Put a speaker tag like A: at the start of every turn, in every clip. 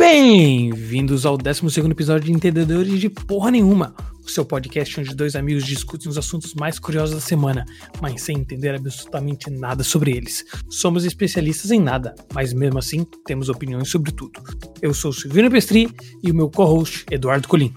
A: Bem-vindos ao 12 episódio de Entendedores de Porra Nenhuma, o seu podcast onde dois amigos discutem os assuntos mais curiosos da semana, mas sem entender absolutamente nada sobre eles. Somos especialistas em nada, mas mesmo assim temos opiniões sobre tudo. Eu sou Silvino Pestri e o meu co-host, Eduardo Colim.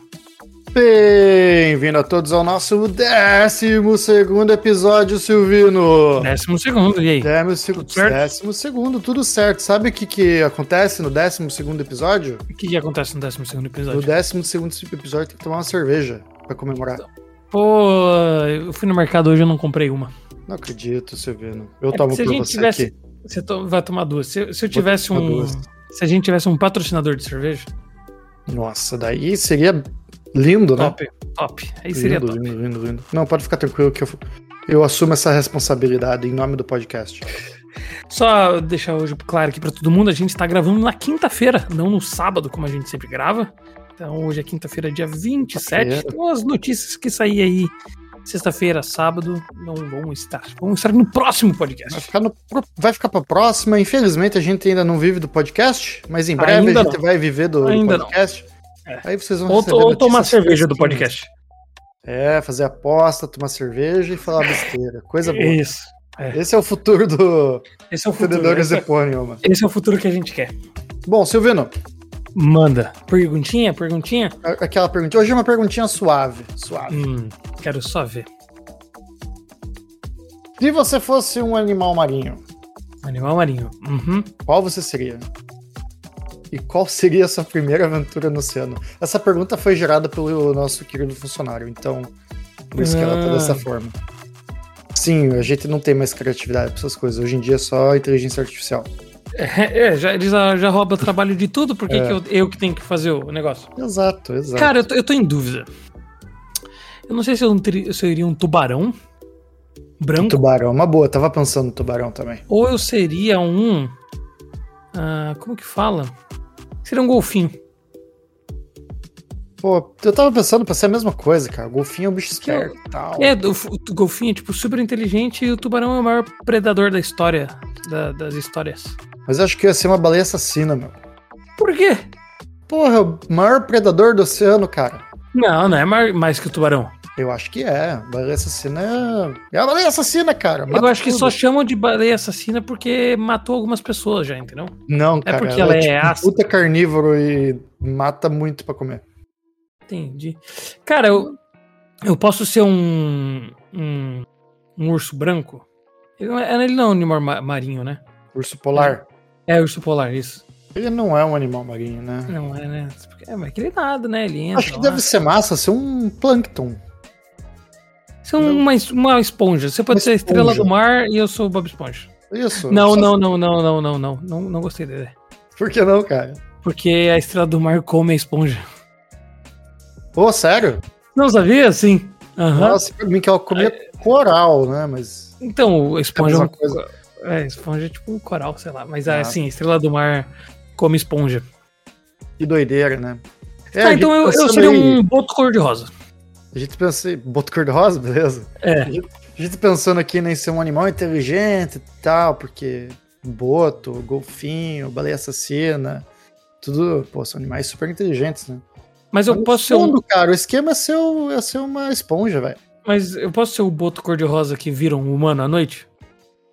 B: Bem-vindo a todos ao nosso 12 episódio, Silvino.
A: Décimo segundo, e aí?
B: Décimo, seg-
A: É. Tudo certo?
B: décimo segundo, tudo certo. Sabe o que, que acontece no décimo segundo episódio?
A: O que, que acontece no 12 segundo
B: No
A: episódio?
B: décimo segundo episódio tem que tomar uma cerveja pra comemorar.
A: Então. Pô, eu fui no mercado hoje e não comprei uma.
B: Não acredito, Silvino. Eu
A: É,
B: tomo
A: se a
B: por
A: gente
B: você
A: tivesse-
B: aqui.
A: Você to- vai tomar duas. Se, eu- se eu tivesse
B: tomar
A: um.
B: duas.
A: Se a gente tivesse um patrocinador de cerveja,
B: Nossa, daí seria lindo, né?
A: top, top. Aí seria
B: lindo,
A: top.
B: lindo, lindo, lindo. Não, pode ficar tranquilo que eu, eu assumo essa responsabilidade em nome do podcast.
A: Só deixar hoje claro aqui pra todo mundo, a gente tá gravando na quinta-feira, não no sábado, como a gente sempre grava. Então hoje é quinta-feira, dia 27.
B: Quinta-feira.
A: Então as notícias que sair aí sexta-feira, sábado, não vão estar. Vão estar no próximo
B: Vai
A: podcast.
B: ficar, no, pro- vai ficar pra próxima. Infelizmente, a gente ainda não vive do podcast, mas em breve
A: Ainda
B: a gente
A: não.
B: vai viver do, do
A: Ainda não.
B: podcast.
A: É.
B: Aí vocês vão
A: Ou,
B: receber
A: ou
B: notícias
A: tomar cerveja do
B: fresquinhas.
A: podcast.
B: É, fazer aposta, tomar cerveja e falar besteira. Coisa boa.
A: Isso.
B: Esse é o futuro do
A: Esse é o futuro.
B: Entendedores
A: Esse
B: de
A: é,
B: Porra Nenhuma.
A: esse é o futuro que a gente quer.
B: Bom, Silvino,
A: Manda. Perguntinha, perguntinha?
B: a- aquela pergunta. Hoje é uma perguntinha suave. Suave.
A: Hum, quero só ver.
B: Se você fosse um animal marinho,
A: Animal marinho. Uhum.
B: qual você seria? E qual seria a sua primeira aventura no oceano? Essa pergunta foi gerada pelo nosso querido funcionário, então por isso que ela tá
A: Ah.
B: dessa forma. Sim, a gente não tem mais criatividade pra essas coisas. Hoje em dia é só inteligência artificial.
A: É, é, já, eles já, já roubam o trabalho de tudo, por que que eu, eu que tenho que fazer o negócio?
B: Exato, É. exato.
A: Cara, eu tô, eu tô em dúvida. Eu não sei se eu, não teria- se eu iria um tubarão branco
B: tubarão, uma boa. Tava pensando no tubarão também.
A: ou eu seria um. ah, como que fala? Seria um golfinho.
B: Pô, eu tava pensando pra ser a mesma coisa, cara. Golfinho é um bicho
A: Que eu-
B: esperto e tal.
A: É, o, f- o golfinho é tipo super inteligente e o tubarão é o maior predador da história. da- das histórias.
B: Mas eu acho que eu ia ser uma baleia assassina, meu.
A: Por quê?
B: Porra, o maior predador do oceano, cara.
A: Não, não é mar- mais que o tubarão.
B: Eu acho que é. Baleia assassina é. É a baleia assassina, cara.
A: Eu
B: Mata
A: acho que
B: tudo.
A: só chamam de baleia assassina porque matou algumas pessoas já, entendeu?
B: Não, cara.
A: porque ela é
B: tipo,
A: ácida.
B: puta carnívoro e mata muito pra comer.
A: Entendi. Cara, eu, eu posso ser um, um, um urso branco? Ele não é, ele não é um animal ma- marinho, né?
B: Urso polar.
A: É urso polar, isso.
B: Ele não é um animal marinho, né?
A: Não é, né? É, mas que ele nada, né? Ele entra.
B: Acho que
A: lá.
B: deve ser massa ser um plâncton.
A: Você é uma, es- uma esponja. Você pode
B: um Uma
A: ser a estrela
B: esponja.
A: do mar e eu sou o Bob Esponja.
B: Isso.
A: Não,
B: Só-
A: não, não, não, não, não, não. Não, não gostei dele.
B: Por que não, cara?
A: Porque a estrela do mar come a esponja.
B: Pô, sério?
A: Não sabia? Sim. Aham. É.
B: Nossa, pra mim que ela comia coral, né? Mas.
A: Então, a esponja é,
B: mesma
A: um-
B: coisa.
A: é, a esponja é tipo um coral, sei lá. Mas
B: Ah.
A: assim, a estrela do mar come esponja.
B: Que doideira, né? É,
A: Tá,
B: a gente
A: então eu, eu
B: pensando
A: seria
B: em-
A: um boto cor-de-rosa.
B: A gente pensa em boto cor-de-rosa, beleza?
A: É.
B: A gente pensando aqui né, em ser um animal inteligente e tal, porque boto, golfinho, baleia assassina, tudo, pô, são animais super inteligentes, né?
A: Mas eu
B: Mas,
A: posso ser
B: no
A: um,
B: fundo, cara, o esquema é ser, o- é ser uma esponja, velho.
A: mas eu posso ser o boto cor-de-rosa que vira um humano à noite?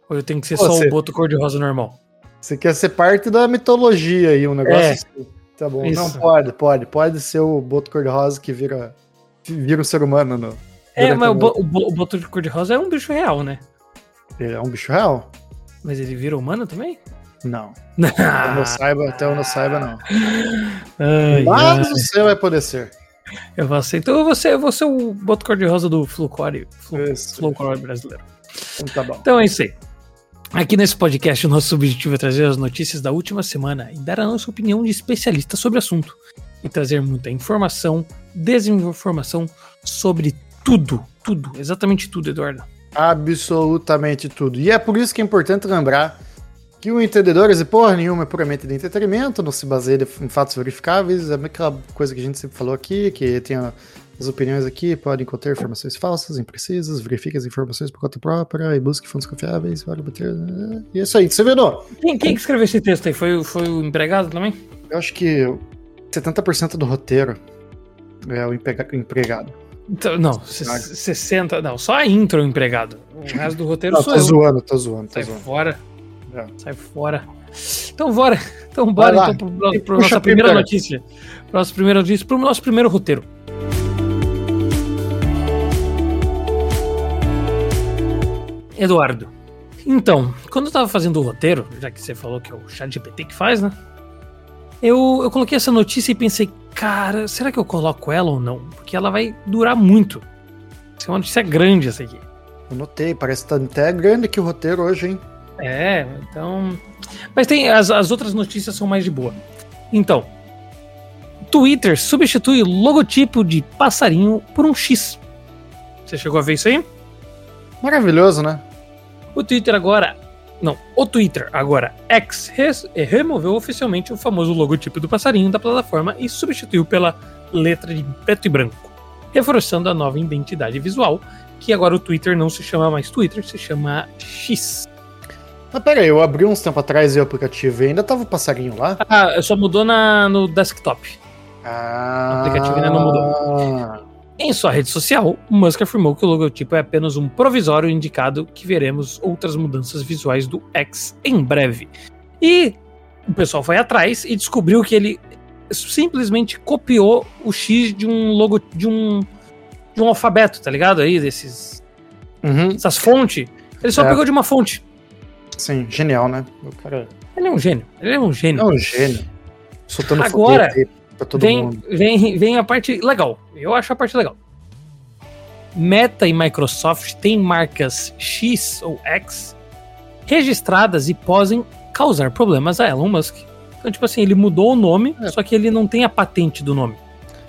A: Ou eu tenho que ser só
B: Você.
A: o boto cor-de-rosa normal?
B: Você quer ser parte da mitologia aí, um negócio
A: É.
B: assim. Tá bom,
A: Isso.
B: não pode, pode, pode ser o boto cor-de-rosa que vira, que vira um ser humano, não.
A: É,
B: Durante
A: mas
B: a
A: o, bo- o bo- o boto de cor-de-rosa é um bicho real, né?
B: Ele é um bicho real?
A: Mas ele vira humano também?
B: Não. Até onde eu
A: Ai,
B: saiba, até onde eu saiba, não.
A: ai.
B: Mas você vai poder ser.
A: Eu vou aceitar. Então eu vou ser, eu vou ser o boto cor-de-rosa do Flucore, Flu-
B: Isso.
A: Flucore brasileiro.
B: Então tá bom.
A: Então é isso aí. Aqui nesse podcast, o nosso objetivo é trazer as notícias da última semana e dar a nossa opinião de especialista sobre o assunto. E trazer muita informação, desinformação sobre tudo, tudo, exatamente tudo, Eduardo.
B: Absolutamente tudo. E é por isso que é importante lembrar que o Entendedores e Porra Nenhuma é puramente de entretenimento, não se baseia de- em fatos verificáveis, é aquela coisa que a gente sempre falou aqui, que tem a- as opiniões aqui, podem conter informações falsas, imprecisas, verifique as informações por conta própria e busque fontes confiáveis, vale bater... E é isso aí, você viu?
A: Quem, quem que escreveu esse texto aí? Foi, o- foi o empregado também?
B: Eu acho que 70% do roteiro é o empega- empregado.
A: Então, não, se- 60. Não, só a intro, empregado. O resto do roteiro
B: Não, um.
A: sou
B: tô
A: eu.
B: zoando, tô zoando, tô
A: Sai
B: zoando.
A: fora.
B: É.
A: Sai fora. Então bora. Então bora
B: lá.
A: então pro, pro,
B: E
A: pro
B: puxa
A: nossa
B: a
A: primeira
B: primeira.
A: notícia. Pra Nossa primeira notícia, pro nosso primeiro roteiro. Eduardo. Então, quando eu tava fazendo o roteiro, já que você falou que é o ChatGPT que faz, né? Eu, eu coloquei essa notícia e pensei, cara, será que eu coloco ela ou não? Porque ela vai durar muito. Isso é uma notícia grande essa aqui.
B: Eu notei, parece que tá até grande aqui o roteiro hoje, hein?
A: É, então. Mas tem. As, as outras notícias são mais de boa. Então. Twitter substitui logotipo de passarinho por um X. Você chegou a ver isso aí?
B: Maravilhoso, né?
A: O Twitter agora. Não, o Twitter agora X res- eh, removeu oficialmente o famoso logotipo do passarinho da plataforma e substituiu pela letra de preto e branco, reforçando a nova identidade visual, que agora o Twitter não se chama mais Twitter, se chama X.
B: Mas Ah, pera aí, eu abri uns tempo atrás e o aplicativo e ainda tava o passarinho lá.
A: Ah, só mudou na, no desktop.
B: Ah,
A: O aplicativo ainda não
B: mudou.
A: Em sua rede social, Musk afirmou que o logotipo é apenas um provisório indicado que veremos outras mudanças visuais do X em breve. E o pessoal foi atrás e descobriu que ele simplesmente copiou o X de um logo de um de um alfabeto, tá ligado aí desses
B: Uhum,
A: essas fontes. Ele só
B: É.
A: pegou de uma fonte.
B: sim, genial, né? O cara
A: Ele é um gênio. Ele é um gênio.
B: é um gênio. Soltando
A: Agora,
B: foguete aí pra todo
A: vem,
B: mundo.
A: vem, vem a parte legal. Eu acho a parte legal. Meta e Microsoft têm marcas X ou X registradas e podem causar problemas a Elon Musk. Então, tipo assim, ele mudou o nome,
B: É.
A: só que ele não tem a patente do nome.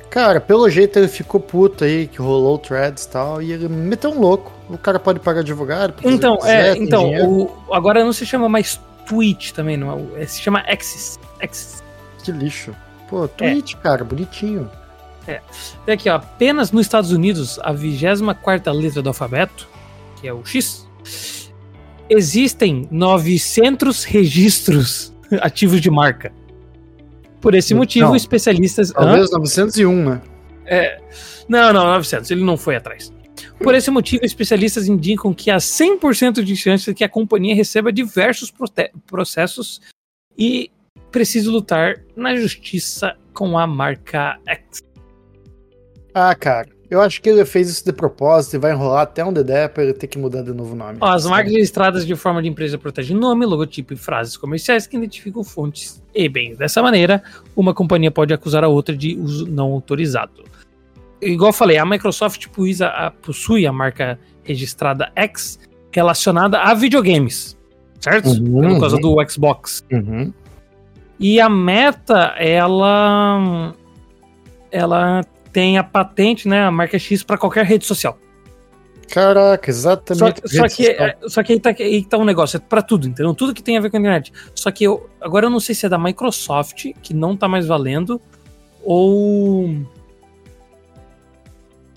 B: Cara, pelo jeito ele ficou puto aí, que rolou threads e tal, e ele meteu um louco. O cara pode pagar advogado. pode fazer o
A: Então,
B: que
A: é,
B: quiser, tem
A: então
B: dinheiro.
A: o- agora não se chama mais Twitch também, não é o- é, se chama Axis. Axis.
B: Que lixo.
A: É.
B: Pô, tweet, cara, bonitinho.
A: Tem aqui, ó, apenas nos Estados Unidos, a 24 letra do alfabeto, que é o X, existem 900 registros ativos de marca. Por esse motivo,
B: Não.
A: especialistas. Hã?
B: Talvez 901, né?
A: Não, não, 900, ele não foi atrás. Por esse motivo, especialistas indicam que há 100% de chance que a companhia receba diversos prote- processos e precisa lutar na justiça com a marca X.
B: Ah, cara, eu acho que ele fez isso de propósito e vai enrolar até um dedé pra ele ter que mudar de novo o nome.
A: Ó, as marcas registradas de forma de empresa protegem nome, logotipo e frases comerciais que identificam fontes e bens. Dessa maneira, uma companhia pode acusar a outra de uso não autorizado. Igual eu falei, a Microsoft pois, a- a- possui a marca registrada X relacionada a videogames, certo?
B: Uhum.
A: Por causa do Xbox.
B: Uhum.
A: E a Meta, ela ela tem a patente, né, a marca X para qualquer rede social.
B: Caraca,
A: Só,
B: exatamente.
A: só que,
B: Rede social.
A: só que aí tá, aí tá um negócio, é pra tudo, entendeu? Tudo que tem a ver com a internet. Só que eu, agora eu não sei se é da Microsoft, que não tá mais valendo, ou.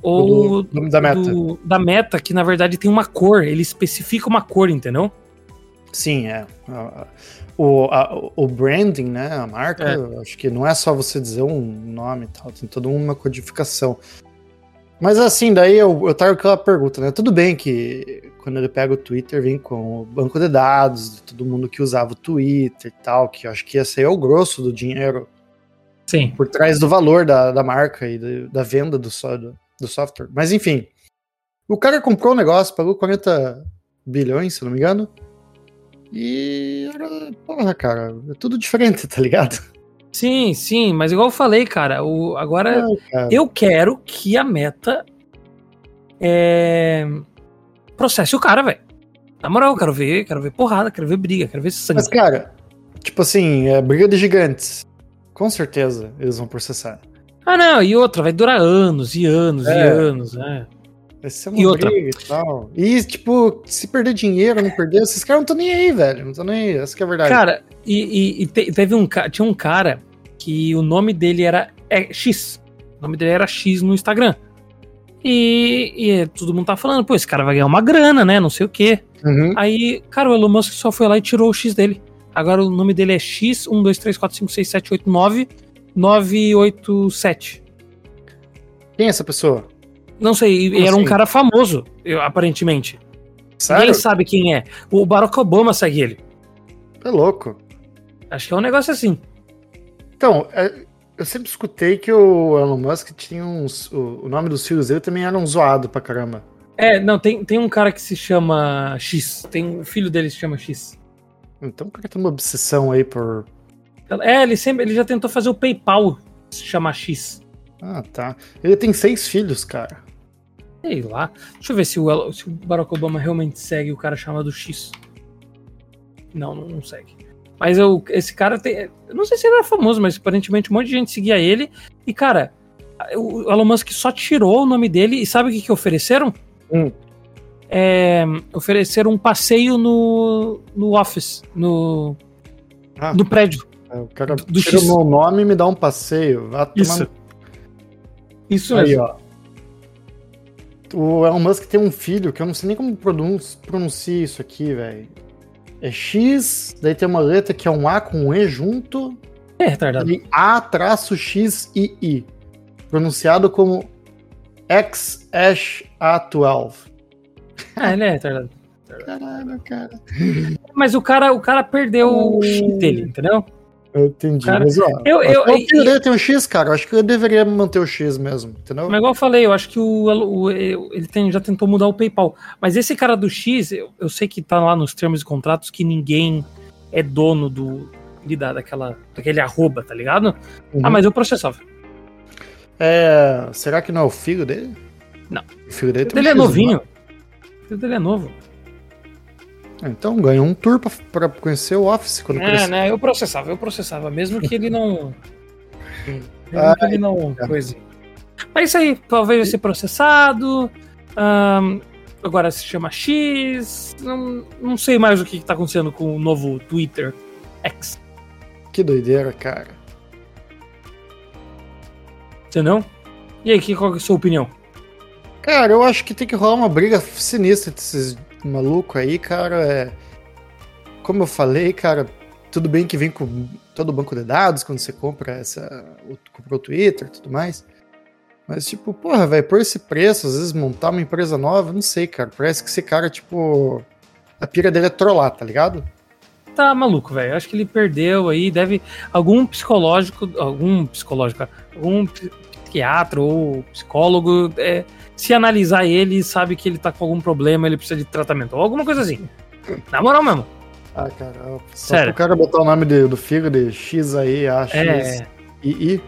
A: Ou.
B: Do- do- da Meta.
A: do- da Meta, que na verdade tem uma cor, ele especifica uma cor, entendeu?
B: Sim, é. A- a- O, a- o branding, né? A marca,
A: É.
B: eu acho que não é só você dizer um nome e tal, tem toda uma codificação. Mas assim, daí eu, eu trago aquela pergunta, né? Tudo bem que quando ele pega o Twitter, vem com o banco de dados de todo mundo que usava o Twitter e tal, que eu acho que esse aí é o grosso do dinheiro
A: Sim.
B: por trás do valor da, da marca e do- da venda do, só- do, do software. Mas enfim, o cara comprou um negócio, pagou 40 bilhões, se não me engano. E era, porra, cara, é tudo diferente, tá ligado?
A: Sim, sim, mas igual eu falei, cara, o, agora
B: Ai, cara.
A: eu quero que a Meta é, processe o cara, velho. Na moral, eu quero ver, quero ver porrada, quero ver briga, quero ver sangue.
B: Mas, cara, tipo assim, é briga de gigantes. Com certeza eles vão processar.
A: Ah, não, e outra, vai durar anos e anos e
B: É.
A: anos, né?
B: Vai ser uma
A: E outra.
B: briga e tal. E, tipo, se perder dinheiro, não perder, esses caras não estão nem aí, velho. Não estão nem aí. Essa que é a verdade.
A: Cara, e, e- e te- teve um ca- tinha um cara que o nome dele era é, X. O nome dele era X no Instagram. E, e é, todo mundo tá falando, pô, esse cara vai ganhar uma grana, né? Não sei o quê.
B: Uhum.
A: Aí, cara, o Elon Musk só foi lá e tirou o X dele. Agora o nome dele é X12345678997.
B: Quem é essa pessoa?
A: Não sei,
B: Como
A: era um
B: assim?
A: cara famoso, eu- aparentemente.
B: Sério?
A: Ninguém sabe quem é. O Barack Obama segue ele.
B: É louco.
A: Acho que é um negócio assim.
B: Então, é, eu sempre escutei que o Elon Musk tinha uns. O, o nome dos filhos dele também era um zoado pra caramba.
A: É, não, tem, tem um cara que se chama X. Tem um filho dele que se chama X.
B: Então o cara tem uma obsessão aí por.
A: É, ele sempre ele já tentou fazer o PayPal se chamar X.
B: Ah, tá. Ele tem seis filhos, cara.
A: Sei lá. Deixa eu ver se o, Elo- se o Barack Obama realmente segue o cara chamado X. Não, não, não segue. Mas eu, esse cara tem. Eu não sei se ele era famoso, mas aparentemente um monte de gente seguia ele. E, cara, o Elon Musk só tirou o nome dele. E sabe o que, que ofereceram?
B: Hum.
A: É, ofereceram um passeio no, no office, no,
B: Ah.
A: no prédio.
B: É, O cara
A: Do
B: tira
A: X.
B: o meu nome e me dá um passeio. Vá tomar um
A: Isso. Isso
B: no- Aí,
A: mesmo.
B: ó. O Elon Musk tem um filho que eu não sei nem como pronun- pronuncia isso aqui, velho. É X, daí tem uma letra que é um A com um E junto,
A: É retardado.
B: e A-X-I-I. Pronunciado como X-A-12.
A: Ah, ele é retardado.
B: Caralho, cara.
A: Mas o cara, o cara perdeu o X dele, entendeu?
B: Eu entendi.
A: Cara,
B: mas, ó,
A: eu- eu-
B: acho que
A: e-
B: eu deveria ter um X, cara. Eu Acho que eu deveria manter o X mesmo, entendeu?
A: Mas igual eu falei, eu acho que o, o- ele tem- já tentou mudar o PayPal. Mas esse cara do X, eu, eu sei que tá lá nos termos e contratos que ninguém é dono do de dar daquela, daquele arroba, tá ligado?
B: Uhum.
A: Ah, mas eu processava.
B: É, será que não é o filho dele?
A: Não.
B: O filho dele,
A: O
B: tem um
A: dele é
B: X,
A: novinho. O dele é novo.
B: né? Então ganhou um tour pra, pra conhecer o Office quando
A: É,
B: crescer.
A: né? Eu processava, eu processava, mesmo que ele não. mesmo
B: Ai,
A: que ele não.
B: cara.
A: Coisa. Mas isso aí, talvez vai ser processado. ahn, agora se chama X. Não, não sei mais o que, que tá acontecendo com o novo Twitter X.
B: Que doideira, cara.
A: Entendeu? E aí, que, qual que é a sua opinião?
B: Cara, eu acho que tem que rolar uma briga sinistra desses malucos aí, cara. É... Como eu falei, cara, tudo bem que vem com todo o banco de dados quando você compra essa. o- comprou o Twitter e tudo mais. Mas, tipo, porra, velho, por esse preço, às vezes montar uma empresa nova, não sei, cara. Parece que esse cara, tipo. A pira dele é trollar, tá ligado?
A: Tá maluco, velho. Acho que ele perdeu aí. Deve. Algum psicológico. Algum psicológico. cara, Algum ps- psiquiatra ou psicólogo. é, se analisar ele, sabe que ele tá com algum problema, ele precisa de tratamento. Ou alguma coisa assim. Na moral mesmo.
B: Ah, cara, só
A: Sério.
B: pro cara botar o nome de- do filho de X aí, A, X,
A: É.
B: I, I.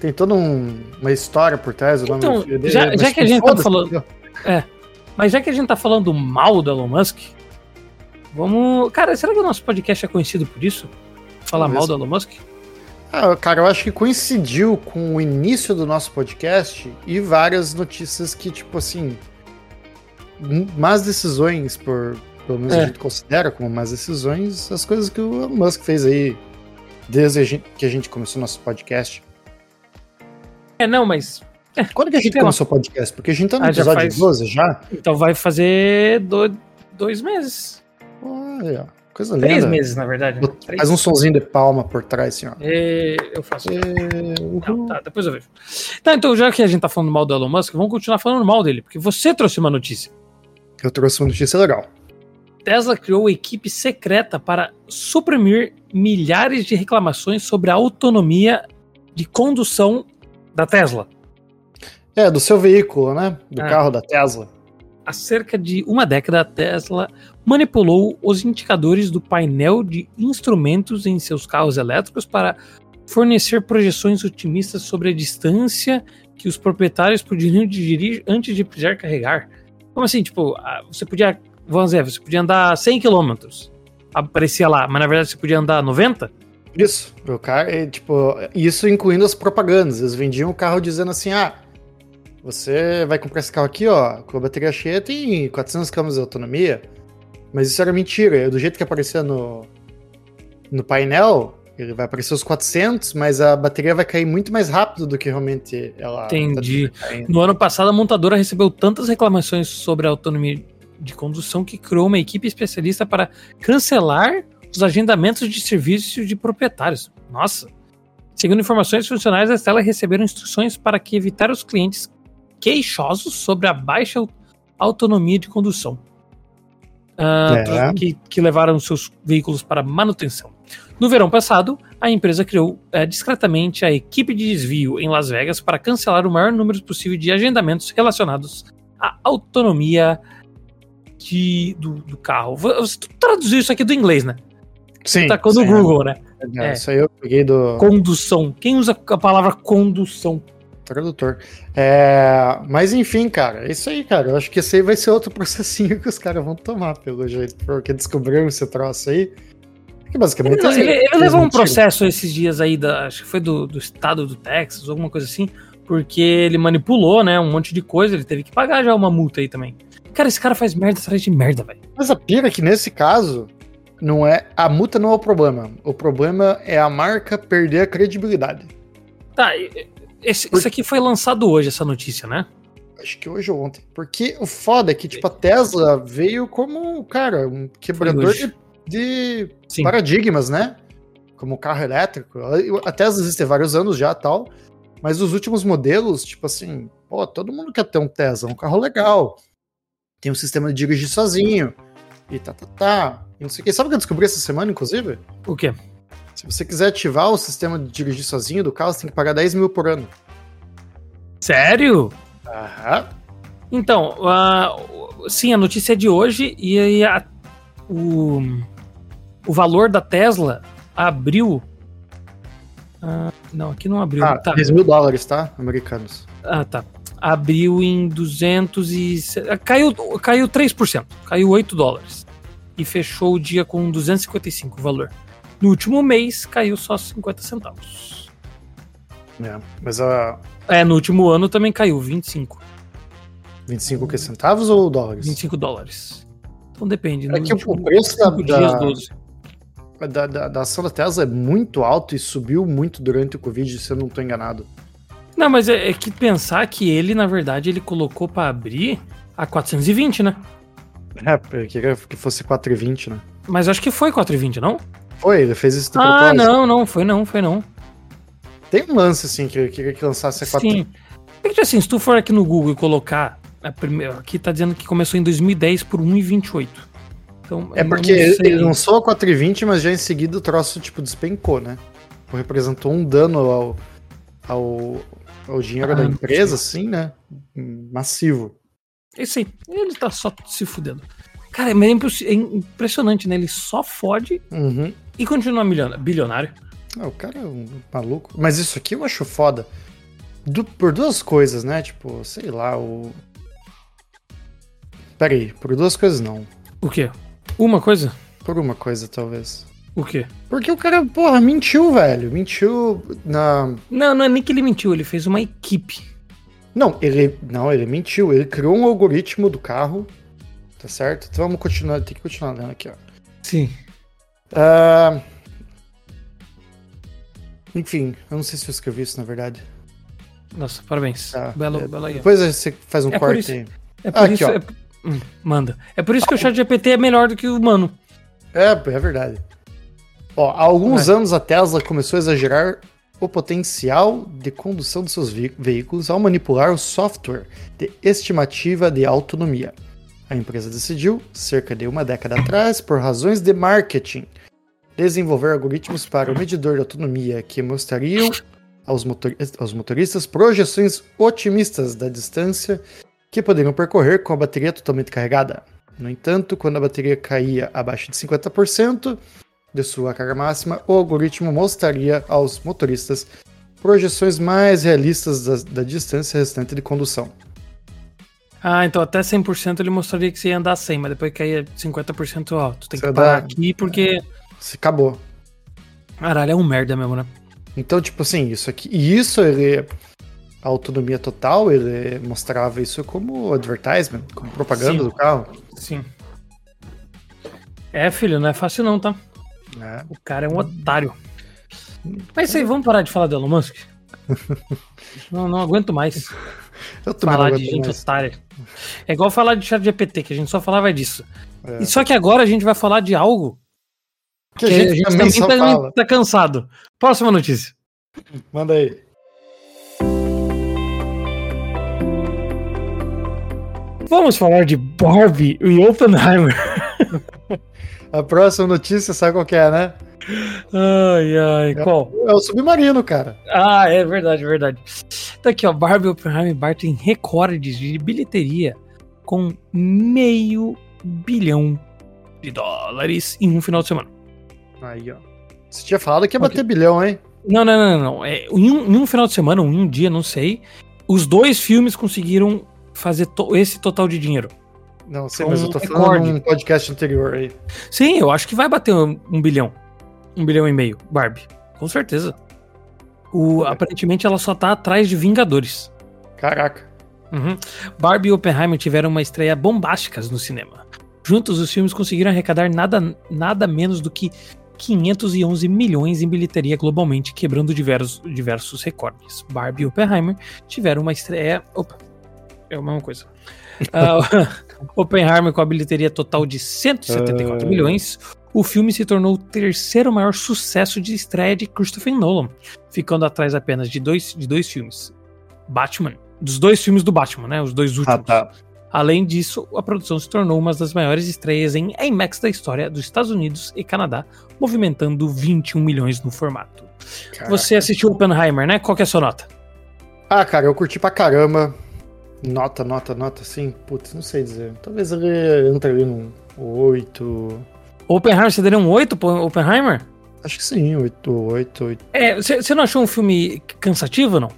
B: Tem toda um- uma história por trás do
A: Então,
B: nome do filho dele.
A: já-
B: mas,
A: já que a gente tá
B: foda-se,
A: falando-
B: entendeu?
A: Mas já que a gente tá falando mal do Elon Musk, vamos. Cara, será que o nosso podcast é conhecido por isso? Falar
B: Talvez.
A: mal do Elon Musk?
B: Ah, cara, eu acho que coincidiu com o início do nosso podcast e várias notícias que, tipo assim, m- más decisões, por, pelo menos
A: É.
B: a gente considera como más decisões, as coisas que o Elon Musk fez aí desde a gente- que a gente começou nosso podcast.
A: É, não, mas.
B: Quando que a gente
A: Sei lá.
B: começou o podcast? Porque a gente tá no
A: Ah, já
B: episódio
A: faz-
B: 12 já.
A: Então vai fazer do- dois meses.
B: Olha, coisa linda.
A: Três meses, na verdade. né? Três.
B: Faz um sonzinho de palma por trás, assim, ó.
A: É, eu faço.
B: É,
A: Não,
B: uhul.
A: tá, depois eu vejo. Tá, então, já que a gente tá falando mal do Elon Musk, vamos continuar falando mal dele, porque você trouxe uma notícia.
B: Eu trouxe uma notícia legal.
A: Tesla criou equipe secreta para suprimir milhares de reclamações sobre a autonomia de condução da Tesla.
B: É, do seu veículo, né? Do
A: Ah.
B: carro da Tesla.
A: Há cerca de uma década, a Tesla manipulou os indicadores do painel de instrumentos em seus carros elétricos para fornecer projeções otimistas sobre a distância que os proprietários poderiam dirigir antes de precisar carregar. Como assim, tipo, ah, você podia, vamos dizer, você podia andar 100 km, aparecia lá, mas na verdade você podia andar 90?
B: Isso. O cara, é, tipo, isso incluindo as propagandas. Eles vendiam o carro dizendo assim, ah, você vai comprar esse carro aqui, ó, com a bateria cheia tem 400 km de autonomia. Mas isso era mentira. Do jeito que aparecia no, no painel, ele vai aparecer os 400, mas a bateria vai cair muito mais rápido do que realmente ela... tá
A: Entendi.
B: caindo.
A: No ano passado, a montadora recebeu tantas reclamações sobre a autonomia de condução que criou uma equipe especialista para cancelar os agendamentos de serviço de proprietários. Nossa! Segundo informações funcionais, da Estela receberam instruções para que evitar os clientes queixosos sobre a baixa autonomia de condução. ah,
B: É.
A: que, que levaram seus veículos para manutenção. No verão passado, a empresa criou eh, discretamente a equipe de desvio em Las Vegas para cancelar o maior número possível de agendamentos relacionados à autonomia de- do, do carro. Vo- Você traduziu isso aqui do inglês, né?
B: Sim.
A: Tacou no
B: sim,
A: Google, né?
B: é,
A: é.
B: Isso aí eu peguei do
A: Condução. Quem usa a palavra condução?
B: tradutor. É, mas enfim, cara, é isso aí, cara. Eu acho que esse aí vai ser outro processinho que os caras vão tomar, pelo jeito, porque descobriram esse troço aí. É Que basicamente.
A: Ele,
B: eles-
A: ele- ele
B: eles
A: levou um
B: mentiram.
A: processo esses dias aí, da, acho que foi do, do estado do Texas, alguma coisa assim, porque ele manipulou, né, um monte de coisa, ele teve que pagar já uma multa aí também. Cara, esse cara faz merda atrás de merda, velho.
B: Mas a pira é que nesse caso, não é a multa não é o problema. O problema é a marca perder a credibilidade.
A: Tá, e- e- esse- isso aqui foi lançado hoje, essa notícia, né?
B: Acho que hoje ou ontem. Porque o foda é que, tipo, a Tesla veio como, cara, um quebrador
A: hoje.
B: de, de
A: Sim.
B: paradigmas, né? Como carro elétrico. A Tesla existe há vários anos já tal. Mas os últimos modelos, tipo assim, pô, todo mundo quer ter um Tesla, um carro legal. Tem um sistema de dirigir sozinho. E tá, tá, tá. E não sei o que. Sabe o que eu descobri essa semana, inclusive?
A: O quê?
B: Se você quiser ativar o sistema de dirigir sozinho do carro, você tem que pagar 10 mil por ano.
A: Sério?
B: Aham.
A: Então, ah, o- sim, a notícia é de hoje e aí a- o, o valor da Tesla abriu. Ah, não, aqui não abriu.
B: Ah,
A: tá.
B: 10 mil dólares, tá? Americanos.
A: Ah, tá. Abriu em 200 e... se- ah, Caiu, caiu 3%, caiu 8 dólares. E fechou o dia com 255 o valor. No último mês, caiu só 50 centavos.
B: É, mas a
A: É, no último ano também caiu 25,
B: 25 que centavos ou dólares?
A: 25 dólares. Então depende.
B: É
A: nos
B: que o- o
A: últimos
B: preço da,
A: cinco dias,
B: da,
A: 12.
B: da, da- da ação da Tesla é muito alto e subiu muito durante o Covid, se eu não tô enganado.
A: Não, mas é, é que pensar que ele, na verdade, ele colocou pra abrir a 420, né?
B: É, eu queria que fosse 4,20, né?
A: Mas acho que foi 420, não?
B: Foi, ele fez isso de
A: Ah,
B: propósito.
A: não, não, foi não, foi não.
B: Tem um lance, assim, que eu queria que lançasse a 4...
A: Sim. É que, assim, se tu for aqui no Google e colocar. A primeira, aqui tá dizendo que começou em 2010 por 1,28. Então,
B: É
A: eu
B: porque
A: não sei.
B: ele lançou a 4,20, mas já em seguida o troço, tipo, despencou, né? Tipo, Representou um dano ao, ao, ao dinheiro
A: Ah,
B: da
A: não
B: empresa, assim, né? Massivo.
A: Isso aí. Ele tá só se fudendo. Cara, mas é impossi- é impressionante, né? Ele só fode
B: Uhum.
A: e continua milhona- bilionário.
B: Ah, o cara é um maluco. Mas isso aqui eu acho foda. Du- por duas coisas, né? Tipo, sei lá, o. Peraí, por duas coisas não.
A: O quê? Uma coisa?
B: Por uma coisa, talvez.
A: O quê?
B: Porque o cara, porra, mentiu, velho. Mentiu na.
A: Não, não é nem que ele mentiu, ele fez uma equipe.
B: Não, ele. Não, ele mentiu. Ele criou um algoritmo do carro. Tá certo? Então vamos continuar. Tem que continuar lendo aqui, ó.
A: Sim.
B: Ah, Enfim, eu não sei se eu escrevi isso, na verdade.
A: Nossa, parabéns.
B: Tá.
A: Belo,
B: É,
A: belo aí. ó.
B: Depois você faz um
A: É por
B: corte
A: isso-
B: aí.
A: É por
B: aqui,
A: isso.
B: ó. Tá
A: é- hum, manda. É por isso que o chat GPT é melhor do que o humano.
B: É, é verdade. Ó, há alguns anos a Tesla começou a exagerar o potencial de condução dos seus vei- veículos ao manipular o software de estimativa de autonomia. A empresa decidiu, cerca de uma década atrás, por razões de marketing, desenvolver algoritmos para o medidor de autonomia que mostrariam aos, motori- aos motoristas projeções otimistas da distância que poderiam percorrer com a bateria totalmente carregada. No entanto, quando a bateria caía abaixo de 50% de sua carga máxima, o algoritmo mostraria aos motoristas projeções mais realistas das- da, distância restante de condução.
A: Ah, então até 100% ele mostraria que você ia andar 100, mas depois caía 50%, ó, tu tem
B: Você
A: que parar
B: dá-
A: aqui porque
B: Se acabou.
A: caralho é um merda mesmo, né?
B: Então, tipo assim, isso aqui. E isso ele. A autonomia total, ele mostrava isso como advertisement, como propaganda
A: Sim.
B: do carro.
A: Sim. É, filho, não é fácil não, tá?
B: né?
A: O cara é um otário. Mas isso aí, vamos parar de falar do Elon Musk? não, não aguento mais
B: Eu também não
A: falar de
B: aguento
A: gente
B: mais.
A: otária. É igual falar de chat GPT, que a gente só falava disso.
B: É.
A: E só que agora a gente vai falar de algo
B: Que a gente, também, só
A: tá,
B: fala.
A: tá cansado. Próxima notícia.
B: Manda aí.
A: Vamos falar de Barbie e Oppenheimer.
B: A próxima notícia, sabe qual que é, né?
A: Ai, ai, qual?
B: É o submarino, cara.
A: Ah, é verdade, é verdade. Tá aqui, ó. Barbie e Oppenheimer batem recordes de bilheteria com meio bilhão de dólares em um final de semana.
B: Aí, ó. Você tinha falado que ia
A: Ok.
B: bater bilhão, hein?
A: Não, não, não, não, não. É, em, um, em um final de semana, ou em um dia, não sei, os dois filmes conseguiram fazer to- esse total de dinheiro.
B: Não sei,
A: É um
B: mas eu tô
A: recorde.
B: falando num podcast anterior aí.
A: Sim, eu acho que vai bater um, um bilhão. Um bilhão e meio, Barbie. Com certeza. O,
B: É.
A: aparentemente ela só tá atrás de Vingadores.
B: Caraca.
A: Uhum. Barbie e Oppenheimer tiveram uma estreia bombásticas no cinema. Juntos, os filmes conseguiram arrecadar nada, nada menos do que 511 milhões em bilheteria globalmente, quebrando diversos, diversos recordes. Barbie e Oppenheimer tiveram uma estreia. Opa, é a mesma coisa. Ah, Oppenheimer com a bilheteria total de 174
B: Ah.
A: milhões. O filme se tornou o terceiro maior sucesso de estreia de Christopher Nolan, ficando atrás apenas de dois, de dois filmes. Batman. Dos dois filmes do Batman, né? Os dois últimos.
B: Ah, tá.
A: Além disso, a produção se tornou uma das maiores estreias em IMAX da história dos Estados Unidos e Canadá, movimentando 21 milhões no formato.
B: Caraca.
A: Você assistiu Oppenheimer, né? Qual que é a sua nota?
B: Ah, cara, eu curti pra caramba. Nota, nota, nota, assim. Putz, não sei dizer. Talvez ele entre ali num 8.
A: Oppenheimer, você daria um 8 pro Oppenheimer?
B: Acho que sim, 8, 8, 8.
A: É, você você não achou um filme cansativo, não?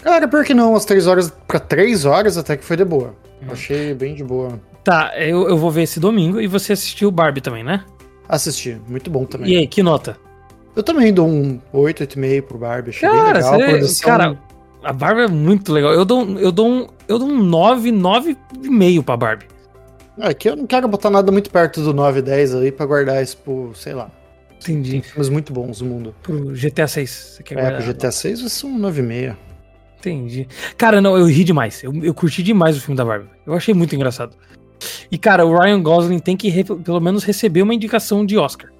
B: Cara, pior que não, as 3 horas pra 3 horas até que foi de boa. Achei bem de boa.
A: Tá, eu, eu vou ver esse domingo e você assistiu Barbie também, né?
B: Assisti, muito bom também.
A: E aí, que nota?
B: Eu também dou um 8, 8,5 pro Barbie. Achei É bem
A: Cara,
B: legal.
A: você-
B: a produção,
A: cara, a Barbie é muito legal. Eu dou, um- eu dou um, eu dou um 9, 9,5 pra Barbie.
B: É que eu não quero botar nada muito perto do 9, 10 ali pra guardar isso pro, sei lá,
A: Entendi.
B: filmes muito bons no mundo.
A: Pro GTA 6. Você quer
B: É,
A: guardar?
B: pro GTA 6 vai ser um 9,5.
A: Entendi. Cara, não, eu ri demais. Eu, eu curti demais o filme da Barbie. Eu achei muito engraçado. E, cara, o Ryan Gosling tem que, re- pelo menos, receber uma indicação de Oscar.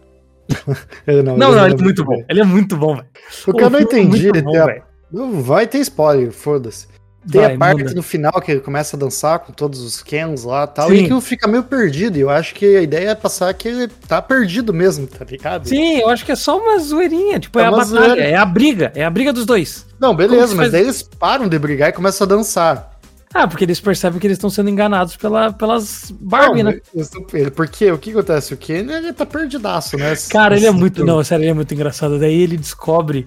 B: Ele
A: Não,
B: ele
A: não,
B: é
A: ele é muito bom. Ele é muito bom, velho.
B: O que eu
A: filme
B: não
A: é
B: entendi,
A: muito
B: ele
A: bom,
B: tem a-
A: velho.
B: não vai ter spoiler, foda-se. Tem
A: Vai,
B: a parte
A: manda.
B: no final que ele começa a dançar com todos os cans lá e tal,
A: Sim.
B: e aquilo fica meio perdido. E eu acho que a ideia é passar que ele tá perdido mesmo, tá ligado?
A: Sim, eu acho que é só uma zoeirinha. Tipo,
B: É
A: é, a
B: uma
A: batalha,
B: zoeira.
A: é a briga. É a briga dos dois.
B: Não,
A: Como se
B: beleza, mas
A: faz-
B: daí eles param de brigar e começam a dançar.
A: Ah, porque eles percebem que eles estão sendo enganados pela, pelas
B: Não,
A: Barbie, né?
B: eles tão- ele- Porque o que acontece? O Ken ele tá perdidaço, né?
A: Cara, ele é muito.
B: não.
A: Não, sério, ele é muito engraçado. Daí ele descobre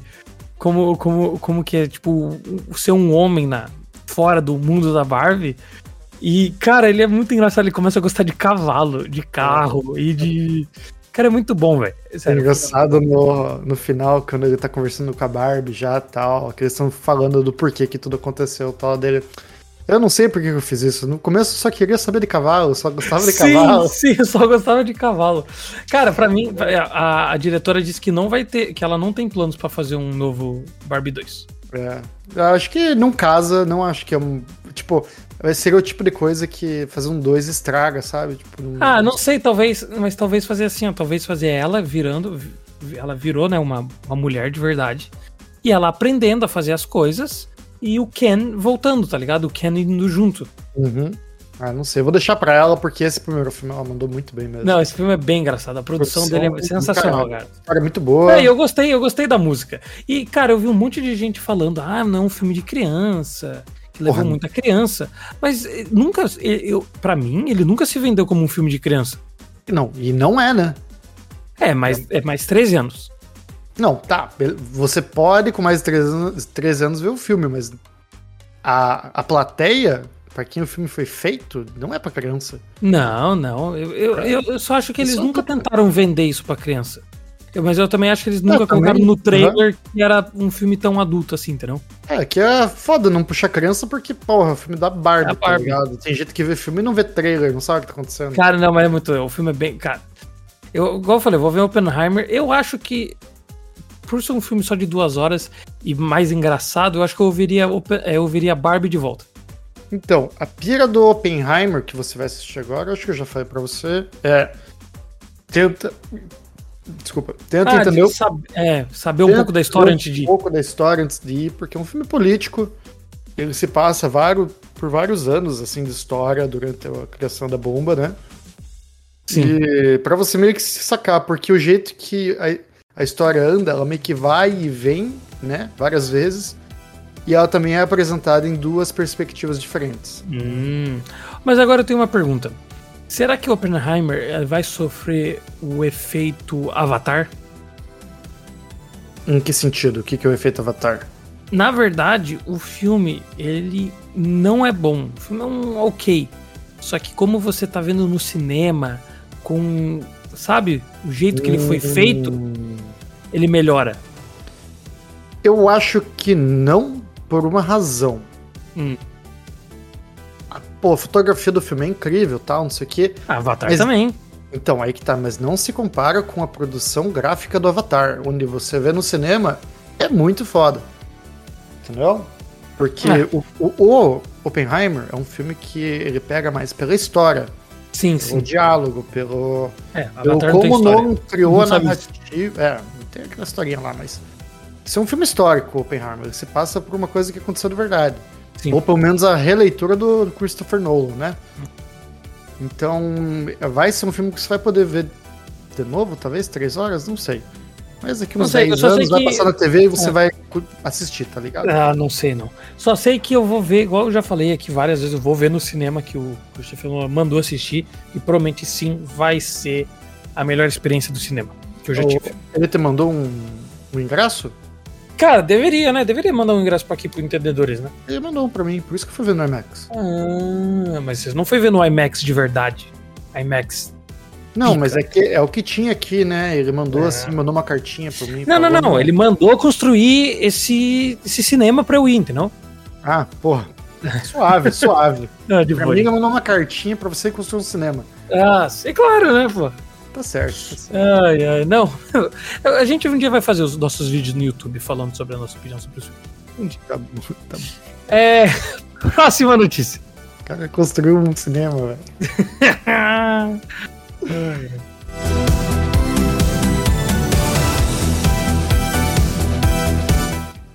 A: como, como, como que é, tipo, o- ser um homem na, fora do mundo da Barbie. E, cara, ele é muito engraçado. Ele começa a gostar de cavalo, de carro e de. Cara, é muito bom, velho.
B: É
A: Sério.
B: engraçado no, no final, quando ele tá conversando com a Barbie já tal, que eles estão falando do porquê que tudo aconteceu tal dele. Eu não sei por que que eu fiz isso. No começo eu só queria saber de cavalo, eu só gostava de
A: Sim,
B: cavalo.
A: sim, eu só gostava de cavalo. Cara, pra mim, a, a diretora disse que não vai ter, que ela não tem planos pra fazer um novo Barbie 2.
B: É. Eu acho que não casa, não acho que é um. Tipo, seria o tipo de coisa que fazer um 2 estraga, sabe? Tipo, não-
A: Ah, não sei, talvez, mas talvez fazer assim, ó, talvez fazer ela virando, vi- ela virou, né, uma, uma mulher de verdade, e ela aprendendo a fazer as coisas, e o Ken voltando, tá ligado? O Ken indo junto.
B: Uhum. Ah, não sei. Eu vou deixar pra ela, porque esse primeiro filme ela mandou muito bem mesmo.
A: Não, esse filme é bem engraçado, a produção,
B: Produção
A: dele é
B: do
A: sensacional,
B: caralho.
A: cara.
B: A história é muito boa.
A: É, eu gostei, eu gostei da música. E, cara, eu vi um monte de gente falando, ah, não, é um filme de criança, que levou
B: Porra.
A: muita criança, mas eh, nunca, eh, eu, pra mim, ele nunca se vendeu como um filme de criança.
B: Não, e não é, né?
A: É, mais, é mais 13 anos.
B: Não, tá. be- Você pode, com mais de 13 anos, 13 anos, ver o filme, mas a, a plateia, pra quem o filme foi feito, não é pra criança.
A: Não, não. Eu, eu, eu- eu só acho que eles
B: Isso
A: nunca
B: tá-
A: tentaram vender isso pra criança. Eu- mas eu também acho que eles nunca
B: Não,
A: colocaram
B: também-
A: no trailer que era um filme tão adulto assim, entendeu?
B: É, que é foda não puxar criança porque, porra, é o filme da Barbie,
A: Da Barbie.
B: tá ligado? Tem gente que vê filme e não vê trailer, não sabe o que tá acontecendo.
A: Cara, não, mas é muito. O filme é bem. Cara, eu, igual eu falei, eu vou ver Oppenheimer. Eu acho que. Por ser um filme só de duas horas e mais engraçado, eu acho que eu veria, Open- eh, eu veria Barbie de volta.
B: Então, a pira do Oppenheimer que você vai assistir agora, eu acho que eu já falei pra você, é. Tenta. Desculpa. Tenta
A: Ah, de
B: entender o
A: sab- é, saber um
B: Tenta
A: pouco da história
B: um
A: antes de. ir.
B: pouco da história antes de ir, porque é um filme político. Ele se passa vários, por vários anos assim de história durante a criação da bomba, né?
A: Sim.
B: E para você meio que se sacar, porque o jeito que a, a história anda, ela meio que vai e vem, né? Várias vezes. E ela também é apresentada em duas perspectivas diferentes.
A: Hum. Mas agora eu tenho uma pergunta. Será que Oppenheimer eh, vai sofrer o efeito Avatar?
B: Em que sentido? O que, que é o efeito Avatar?
A: Na verdade, o filme, ele não é bom. O filme é um ok. Só que como você tá vendo no cinema, com, sabe, o jeito que ele
B: Hum.
A: foi feito, ele melhora.
B: Eu acho que não, por uma razão.
A: Hum.
B: Ah, Pô, a fotografia do filme é incrível, tal, não sei o quê.
A: Avatar
B: Mas-
A: também.
B: Então, aí que tá, mas não se compara com a produção gráfica do Avatar, onde você vê no cinema, é muito foda. Entendeu? Porque
A: É.
B: o, o, o Oppenheimer é um filme que ele pega mais pela história,
A: Sim,
B: pelo
A: sim.
B: diálogo, pelo,
A: É,
B: pelo
A: Avatar não tem
B: como o
A: história.
B: Nolan criou
A: Não
B: a
A: sabe
B: narrativa. É, não tem aquela historinha lá, mas. Isso é um filme histórico, o Oppenheimer. Você passa por uma coisa que aconteceu de verdade.
A: Sim. Hum.
B: Ou pelo menos a releitura do Christopher Nolan, né? Então, vai ser um filme que você vai poder ver de novo, talvez, três horas, não sei. Mas daqui
A: Não
B: uns
A: sei, eu
B: 10
A: só sei
B: anos vai
A: que-
B: passar na TV e você
A: É.
B: vai cu- assistir, tá ligado?
A: Ah, não sei não. Só sei que eu vou ver, igual eu já falei aqui várias vezes, eu vou ver no cinema que o Christopher Nolan mandou assistir e provavelmente sim vai ser a melhor experiência do cinema que eu já
B: Ou-
A: tive.
B: Ele te mandou um, um ingresso?
A: Cara, deveria, né? Deveria mandar um ingresso pra aqui pro Entendedores, né?
B: Ele mandou um pra mim, por isso que eu fui ver no IMAX.
A: Ah, mas vocês não foi ver no IMAX de verdade. IMAX.
B: Não,
A: Pica.
B: mas é, que, é o que tinha aqui, né? Ele mandou
A: É.
B: assim, mandou uma cartinha pra mim.
A: Não, não,
B: falou,
A: não. Ele mandou construir esse, esse cinema pra eu ir, entendeu?
B: Ah, porra. Suave, suave.
A: Ah, de
B: Minha amiga mandou uma cartinha pra você construir um cinema.
A: Ah, é claro, né, pô?
B: Tá certo. tá certo.
A: Ai, ai, não. A gente um dia vai fazer os nossos vídeos no YouTube falando sobre a nossa opinião sobre isso.
B: Tá bom, tá bom.
A: É. Próxima notícia.
B: O cara construiu um cinema, velho.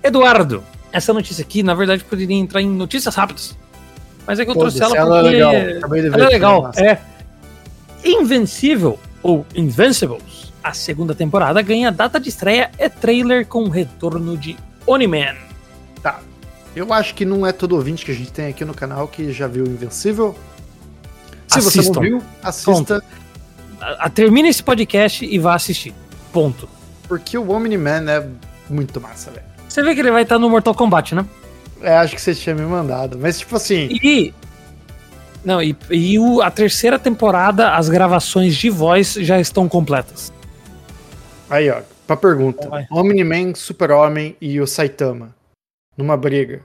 A: Eduardo, essa notícia aqui, na verdade, poderia entrar em notícias rápidas. Mas é que eu
B: Foda-se,
A: trouxe ela,
B: ela é
A: porque
B: legal. Acabei de ver
A: ela é
B: aqui,
A: legal.
B: nossa.
A: É. Invencível ou Invincibles, a segunda temporada ganha data de estreia e trailer com o retorno de Oniman.
B: Tá. Eu acho que não é todo ouvinte que a gente tem aqui no canal que já viu Invencível. Se você
A: Assistam.
B: não viu, assista,
A: A- a- Termina esse podcast e vá assistir. Ponto.
B: porque o Omni-Man é muito massa, velho.
A: Você vê que ele vai estar no Mortal Kombat, né?
B: É, acho que você tinha me mandado. Mas, tipo assim,
A: E. Não, e, e o- a terceira temporada, as gravações de voz já estão completas.
B: aí, ó, pra pergunta:
A: Vai.
B: Omni-Man, Super-Homem e o Saitama numa briga.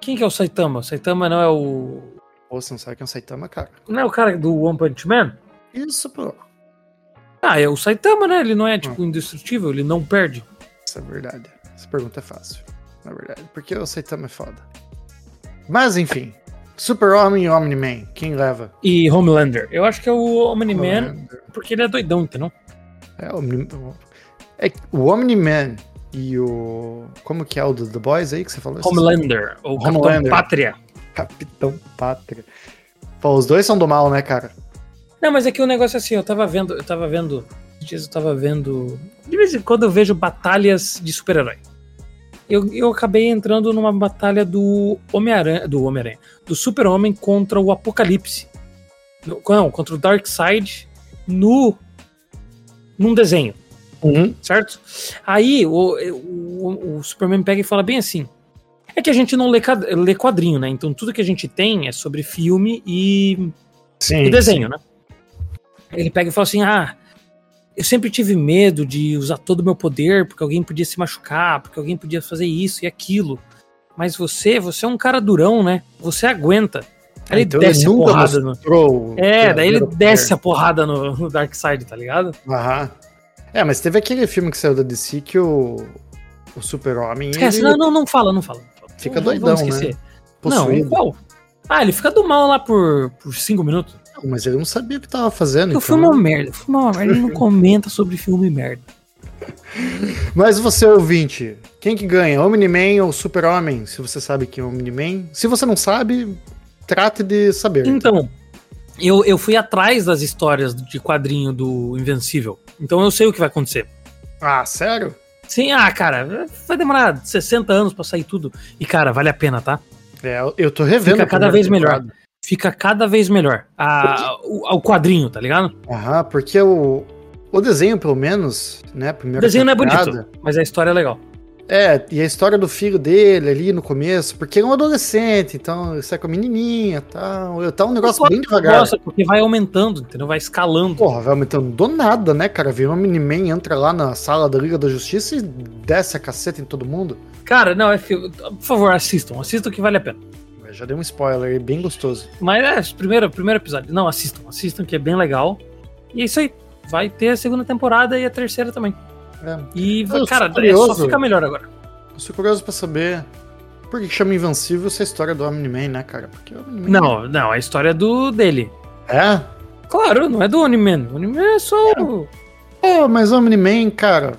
A: Quem que é o Saitama? O Saitama não é o.
B: Pô, você não sabe quem é o Saitama, cara?
A: Não é o cara do One Punch Man?
B: Isso, pô.
A: Ah, é o Saitama, né? Ele não é,
B: Hum.
A: tipo, indestrutível, ele não perde.
B: Isso é verdade. Essa pergunta é fácil, na verdade. Porque o Saitama é foda. Mas, enfim. Super-Homem e Omni-Man, quem leva?
A: E Homelander? Eu acho que é o Omni-Man,
B: Homelander.
A: porque ele é doidão, entendeu?
B: É, Omni- é que o Omni-Man e o... Como que é o do The Boys aí que você falou?
A: Homelander, ou Capitão
B: Homelander.
A: Pátria.
B: Capitão Pátria. Pô, os dois são do mal, né, cara?
A: Não, mas é que o negócio é assim, eu tava vendo, eu tava vendo, esses dias eu tava vendo, de vez em quando eu vejo batalhas de super-herói. Eu, eu acabei entrando numa batalha do Homem-Aranha, do Homem-Aranha, do Super-Homem contra o Apocalipse. No- não, contra o Darkseid no num desenho Uhum. certo? Aí o, o, o Superman pega e fala bem assim. É que a gente não lê, cad- lê quadrinho, né? Então tudo que a gente tem é sobre filme e,
B: Sim.
A: e desenho, né? Ele pega e fala assim: ah, eu sempre tive medo de usar todo o meu poder porque alguém podia se machucar, porque alguém podia fazer isso e aquilo. Mas você, você é um cara durão, né? Você aguenta. Aí ele
B: Então ele
A: desce a
B: nunca
A: porrada no.
B: Pro-
A: É, daí ele
B: pro-
A: desce a porrada no, no Darkseid, tá ligado?
B: Aham. É, mas teve aquele filme que saiu da DC que o, o Super-Homem
A: Esquece,
B: ele
A: não, não, não fala, não fala.
B: Fica
A: Não- não
B: doidão, né?
A: vamos esquecer.
B: possuído.
A: Não, qual? Ah, ele fica do mal lá por 5 minutos.
B: mas ele não sabia o que tava fazendo. então.
A: O filme é uma merda. O filme é uma merda. Ele não comenta sobre filme merda.
B: Mas você, ouvinte, quem que ganha? Omni-Man ou Super-Homem? Se você sabe quem é Omni-Man. Se você não sabe, trate de saber.
A: Então, eu, eu fui atrás das histórias de quadrinho do Invencível. Então eu sei o que vai acontecer.
B: Ah, sério?
A: Sim, ah, cara, vai demorar 60 anos pra sair tudo. E, cara, vale a pena, tá?
B: É, eu tô revendo.
A: Fica
B: a
A: cada
B: primeira
A: vez
B: temporada.
A: melhor. Fica cada vez melhor. A, o, o quadrinho, tá ligado?
B: Aham, porque o, o desenho, pelo menos, né? a Primeira
A: O desenho não é
B: temporada,
A: bonito, mas a história é legal.
B: É, e a história do filho dele ali no começo, porque ele é um adolescente, então ele sai com a menininha e tal. Tá um negócio bem devagar.
A: Nossa, porque vai aumentando, entendeu? Vai escalando.
B: Porra, vai aumentando do nada, né, cara? Vira um Miniman, entra lá na sala da Liga da Justiça e desce a caceta em todo mundo.
A: Cara, não, é filme. Por favor, assistam. Assistam que vale a pena.
B: Eu já dei um spoiler aí, bem gostoso.
A: Mas é, primeiro, primeiro episódio. Não, assistam. Assistam que é bem legal. E é isso aí. Vai ter a segunda temporada e a terceira também.
B: É,
A: E, cara,
B: Eu sou
A: é, só
B: curioso.
A: fica melhor agora.
B: eu sou curioso pra saber por que que chama Invencível essa história do Omni-Man, né, cara? Porque o Omni-Man...
A: Não, não, é a história do dele.
B: É?
A: Claro, não é do Oniman. O Oniman é só. o-
B: Pô, mas o Omni-Man, cara...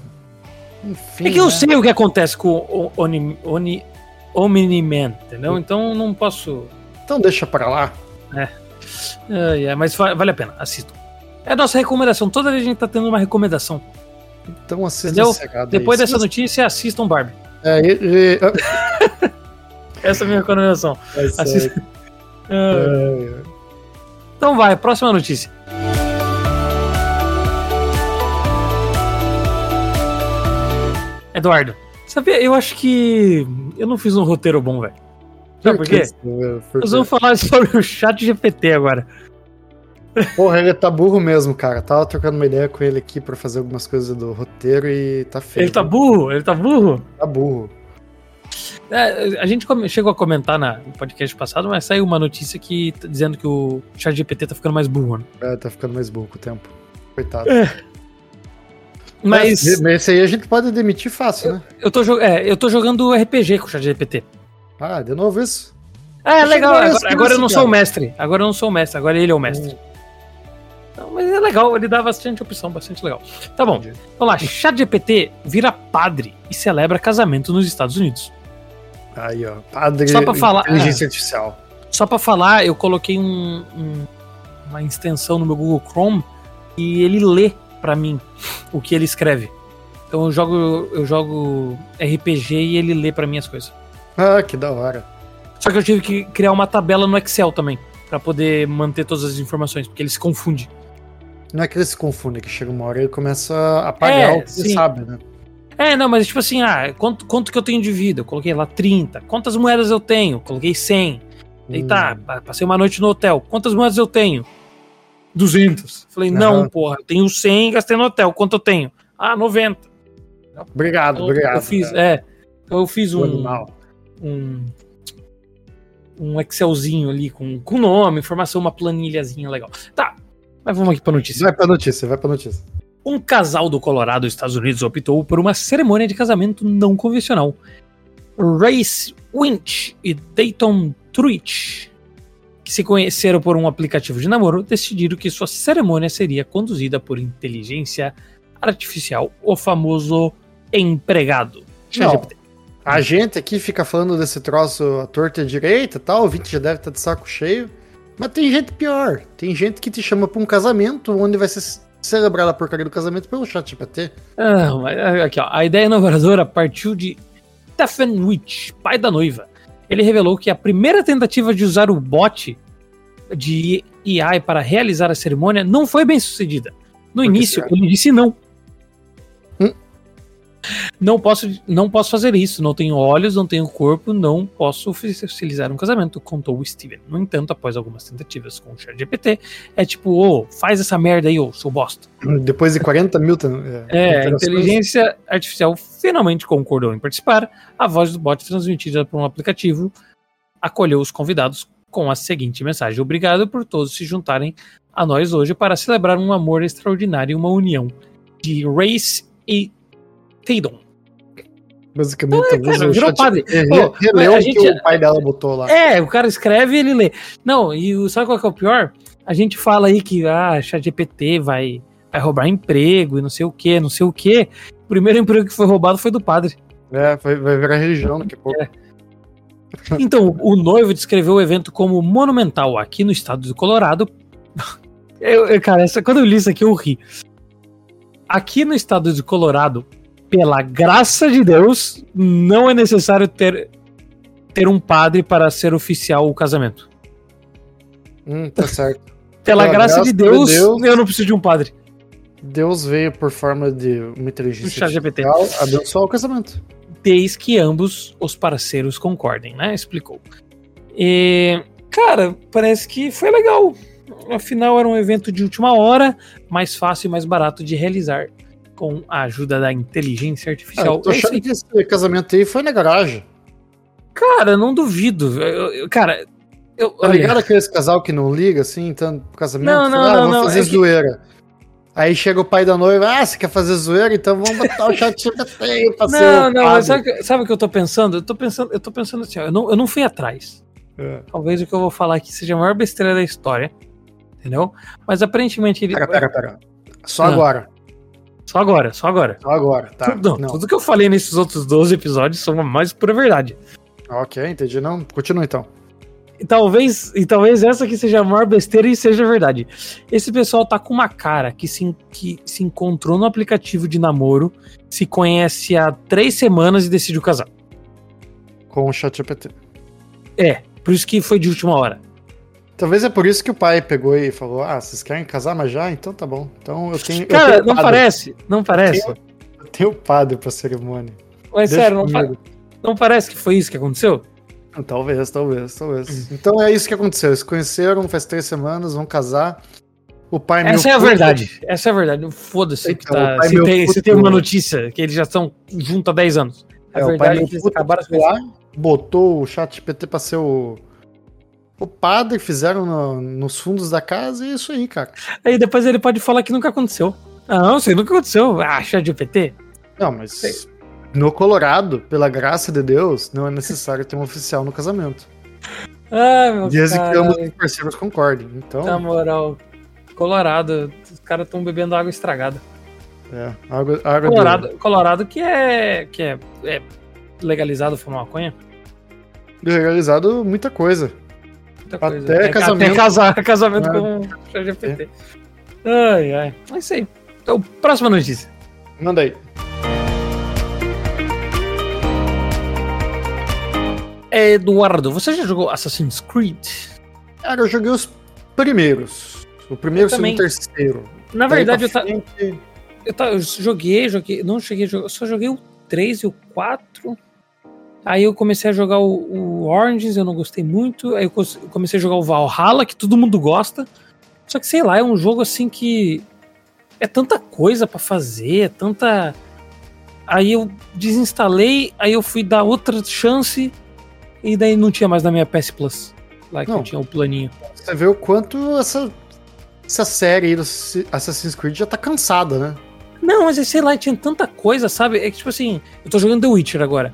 B: Enfim,
A: É que eu
B: né?
A: sei o que acontece com o Oni, Oni, Omni-Man, entendeu? Então não posso.
B: Então deixa pra lá.
A: É, é, mas va- vale a pena, assistam. É a nossa recomendação. Toda vez a gente tá tendo uma recomendação.
B: Então assista
A: Entendeu?
B: esse HD aí.
A: Depois
B: Se
A: dessa notícia, assistam Barbie.
B: É, e- e- ah,
A: Essa é a minha recomendação.
B: vai ser-
A: Assista. É,
B: é,
A: Então vai, próxima notícia. Eduardo, sabia? Eu acho que eu não fiz um roteiro bom, velho. Sabe por
B: que
A: quê?
B: isso, velho? Por
A: Nós
B: quê?
A: vamos falar sobre o chat GPT agora.
B: Porra, ele tá burro mesmo, cara. Tava trocando uma ideia com ele aqui pra fazer algumas coisas do roteiro e tá feio.
A: Ele tá burro, ele tá burro.
B: Tá burro.
A: É, a gente come- chegou a comentar na- no podcast passado, mas saiu uma notícia que tá dizendo que o chat GPT tá ficando mais burro. Né?
B: É, tá ficando mais burro com o tempo. Coitado.
A: É, Mas
B: Mas esse aí a gente pode demitir fácil, né?
A: eu tô, jo- é, eu tô jogando RPG com o chat GPT.
B: Ah, de novo isso?
A: É,
B: Eu
A: legal.
B: cheguei a
A: Agora, assim,
B: escrever
A: agora eu
B: esse
A: não sou o
B: cara.
A: mestre. Agora eu não sou o mestre. Agora ele é o mestre. Não, mas é legal. Ele dá bastante opção, bastante legal. Tá bom.
B: Entendi.
A: Vamos lá. ChatGPT vira padre e celebra casamento nos Estados Unidos.
B: Aí, ó. Padre
A: Só pra falar- é.
B: inteligência artificial.
A: Só pra falar, eu coloquei um- um- uma extensão no meu Google Chrome e ele lê pra mim o que ele escreve. Então eu jogo, eu jogo RPG e ele lê pra mim as coisas.
B: Ah, que da hora.
A: Só que eu tive que criar uma tabela no Excel também pra poder manter todas as informações, porque ele se confunde.
B: Não é que ele se confunde, que chega uma hora e ele começa a apagar
A: É,
B: o que você
A: sim.
B: sabe, né?
A: É, não, mas tipo assim, ah, quanto, quanto que eu tenho de vida? Eu coloquei lá 30. Quantas moedas eu tenho? Coloquei 100. Aí tá,
B: Hum.
A: pa- passei uma noite no hotel. Quantas moedas eu tenho? 200. Falei, não,
B: Aham.
A: porra, eu tenho 100 e gastei no hotel. Quanto eu tenho? Ah, 90.
B: Obrigado,
A: Então,
B: obrigado.
A: Eu fiz,
B: cara.
A: é. Então eu fiz
B: O
A: um,
B: animal.
A: um, um Excelzinho ali com, com nome, informação, uma planilhazinha legal. Tá, mas vamos aqui pra notícia.
B: Vai pra notícia, vai pra notícia.
A: Um casal do Colorado, Estados Unidos, optou por uma cerimônia de casamento não convencional. Race Winch e Dayton Truitt, que se conheceram por um aplicativo de namoro, decidiram que sua cerimônia seria conduzida por inteligência artificial, o famoso empregado.
B: Não. A gente aqui fica falando desse troço à torta e à direita e tal, o Vinte já deve estar de saco cheio. Mas tem gente pior. Tem gente que te chama pra um casamento onde vai ser celebrada a porcaria do casamento pelo chat GPT.
A: Ah, mas, ah, aqui, ó. A ideia inovadora partiu de Stephen Witch, pai da noiva. Ele revelou que a primeira tentativa de usar o bot de AI para realizar a cerimônia não foi bem sucedida. No
B: que
A: início,
B: será?
A: ele disse não.
B: Hum?
A: Não posso, não posso fazer isso. Não tenho olhos, não tenho corpo, não posso oficializar um casamento, contou o Steven. No entanto, após algumas tentativas com o ChatGPT, é tipo, ô, faz essa merda aí, ô, seu bosta.
B: Depois de 40 mil. tan-
A: É, a
B: interações.
A: inteligência artificial finalmente concordou em participar. A voz do bot, transmitida por um aplicativo, acolheu os convidados com a seguinte mensagem: Obrigado por todos se juntarem a nós hoje para celebrar um amor extraordinário e uma união de Race e Tatum.
B: Basicamente, talvez
A: cara,
B: o
A: virou
B: chat
A: padre.
B: GPT
A: Pô,
B: releu
A: a
B: o
A: gente-
B: que o pai dela botou lá.
A: É, o cara escreve e ele lê. Não, e o- sabe qual que é o pior? A gente fala aí que ah, ChatGPT vai, vai roubar emprego e não sei o que, não sei o que. O primeiro emprego que foi roubado foi do padre.
B: É, vai, vai virar religião daqui a pouco.
A: Então, o noivo descreveu o evento como monumental aqui no estado do Colorado. Eu, eu, cara, essa, quando eu li isso aqui, eu ri. Aqui no estado do Colorado, pela graça de Deus, não é necessário ter, ter um padre para ser oficial o casamento.
B: Hum, tá certo.
A: Pela,
B: Pela
A: graça,
B: graça
A: de
B: de
A: Deus,
B: Deus.
A: eu não preciso de um padre.
B: Deus veio por forma de uma
A: Um
B: inteligência
A: chat GPT.
B: artificial abençoar o casamento.
A: desde que ambos os parceiros concordem, né? Explicou. E, cara, parece que foi legal. Afinal, era um evento de última hora, mais fácil e mais barato de realizar com a ajuda da inteligência
B: Ah,
A: artificial.
B: eu tô
A: É isso
B: achando
A: aí.
B: que esse casamento aí foi na garagem.
A: Cara, não duvido. Eu- eu- cara, eu.
B: Tá
A: olha,
B: ligado aqueles casal que não liga, assim, então, pro casamento?
A: Não, não,
B: Fala, ah,
A: não,
B: vamos
A: não,
B: fazer
A: é que-
B: zoeira. Aí chega o pai da noiva, ah, você quer fazer zoeira? Então vamos botar o chat feio pra ser
A: Não,
B: o
A: não, mas
B: padre.
A: sabe, o que- sabe o que eu tô pensando? Eu tô pensando, eu tô pensando assim, ó, eu não, eu não fui atrás.
B: É.
A: Talvez o que eu vou falar aqui seja a maior besteira da história. Entendeu? Mas aparentemente ele.
B: Pera, pera, pera. Só
A: Não.
B: agora,
A: Só agora, só agora.
B: só agora, tá.
A: tudo,
B: não.
A: tudo que eu falei nesses outros 12 episódios são a mais pura verdade.
B: Ok, entendi, não. Continua então.
A: E talvez, e talvez essa que seja a maior besteira e seja verdade. Esse pessoal tá com uma cara que se, en- que se encontrou no aplicativo de namoro, se conhece há três semanas e decidiu casar.
B: Com o chat GPT.
A: É, por isso que foi de última hora.
B: Talvez é por isso que o pai pegou e falou, ah, vocês querem casar, mas já? Então tá bom. Então eu tenho, eu
A: Cara,
B: tenho
A: não
B: padre.
A: parece, não parece.
B: Eu tenho padre pra cerimônia.
A: Mas
B: Deixa
A: É sério, não,
B: comigo.
A: pa- não parece que foi isso que aconteceu?
B: Talvez, talvez, talvez. Então é isso que aconteceu. Eles se conheceram faz três semanas, vão casar. O pai meu
A: Essa é a
B: puto-
A: verdade, essa é a verdade. Foda-se que
B: Então,
A: tá-
B: o pai
A: se,
B: meu
A: tem, se
B: puto-
A: tem uma notícia que eles já estão juntos há 10 anos. A
B: É, o pai
A: verdade é
B: meu
A: que eles
B: puto
A: acabaram
B: foi lá, botou o chat PT pra ser o, o padre, fizeram no- nos fundos da casa e é isso aí, cara.
A: Aí depois ele pode falar que nunca aconteceu. Ah, Não, sei, nunca aconteceu. Ah, chat de PT?
B: Não, mas no Colorado, pela graça de Deus, não é necessário ter um oficial no casamento.
A: Ah, meu
B: Desde que ambos
A: cara,
B: os parceiros concordem. Então,
A: na moral. Colorado, os caras estão bebendo água estragada.
B: é, água, água de-
A: Colorado, Colorado que é que é, é legalizado fumar maconha.
B: legalizado muita coisa.
A: Muita
B: Até
A: coisa. É
B: casamento.
A: Até casar, casamento
B: É.
A: com chat de PT. Ai, ai. É isso aí. Então, próxima notícia.
B: Manda aí.
A: Eduardo, você já jogou Assassin's Creed?
B: Cara, eu joguei os primeiros. O primeiro,
A: Eu
B: o segundo e
A: também.
B: o terceiro.
A: Na verdade, eu, tá- ta,
B: eu
A: Eu, ta- eu joguei, joguei. Não cheguei a jogar. Eu só joguei o 3 e o 4. Aí eu comecei a jogar o, o Origins, eu não gostei muito. Aí eu cons- eu comecei a jogar o Valhalla, que todo mundo gosta. Só que, sei lá, é um jogo assim que. É tanta coisa pra fazer, é tanta. Aí eu desinstalei, aí eu fui dar outra chance. E daí não tinha mais na minha PS Plus. Lá que
B: Não.
A: eu tinha o planinho.
B: Você vê o quanto essa, essa série aí do Assassin's Creed já tá cansada, né?
A: Não, mas é, sei lá, tinha tanta coisa, sabe? É que, tipo assim, eu tô jogando The Witcher agora.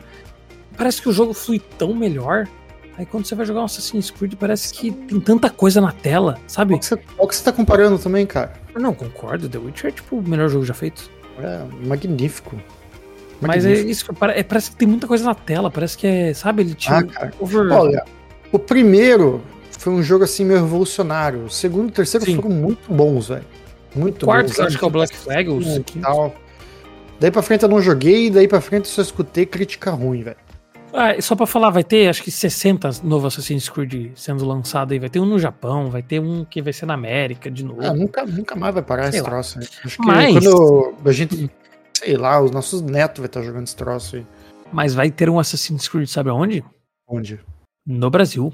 A: Parece que o jogo flui tão melhor. Aí quando você vai jogar um Assassin's Creed, parece que tem tanta coisa na tela, sabe?
B: Qual que você, qual que você tá comparando também, cara?
A: Eu não concordo, The Witcher é tipo o melhor jogo já feito.
B: É magnífico.
A: Mas é isso que eu- é, parece que tem muita coisa na tela, parece que é, sabe, ele tinha
B: Ah, cara.
A: over-
B: Olha, o primeiro foi um jogo assim meio revolucionário. O segundo e o terceiro
A: Sim.
B: foram muito bons, velho. Muito
A: o quarto,
B: bons.
A: que eu acho
B: sabe?
A: que é o Black Flag, ou
B: Hum,
A: o quinto.
B: tal. Daí pra frente eu não joguei, daí pra frente eu só escutei crítica ruim, velho.
A: Ah, e só pra falar, vai ter acho que 60 novos Assassin's Creed sendo lançado aí. Vai ter um no Japão, vai ter um que vai ser na América de novo.
B: Ah, nunca, nunca mais vai parar
A: Sei
B: esse
A: lá.
B: troço aí. Acho que
A: Mas-
B: quando a gente. Sei lá, os nossos netos vai estar jogando esse troço aí.
A: Mas vai ter um Assassin's Creed, sabe aonde?
B: Onde?
A: No Brasil.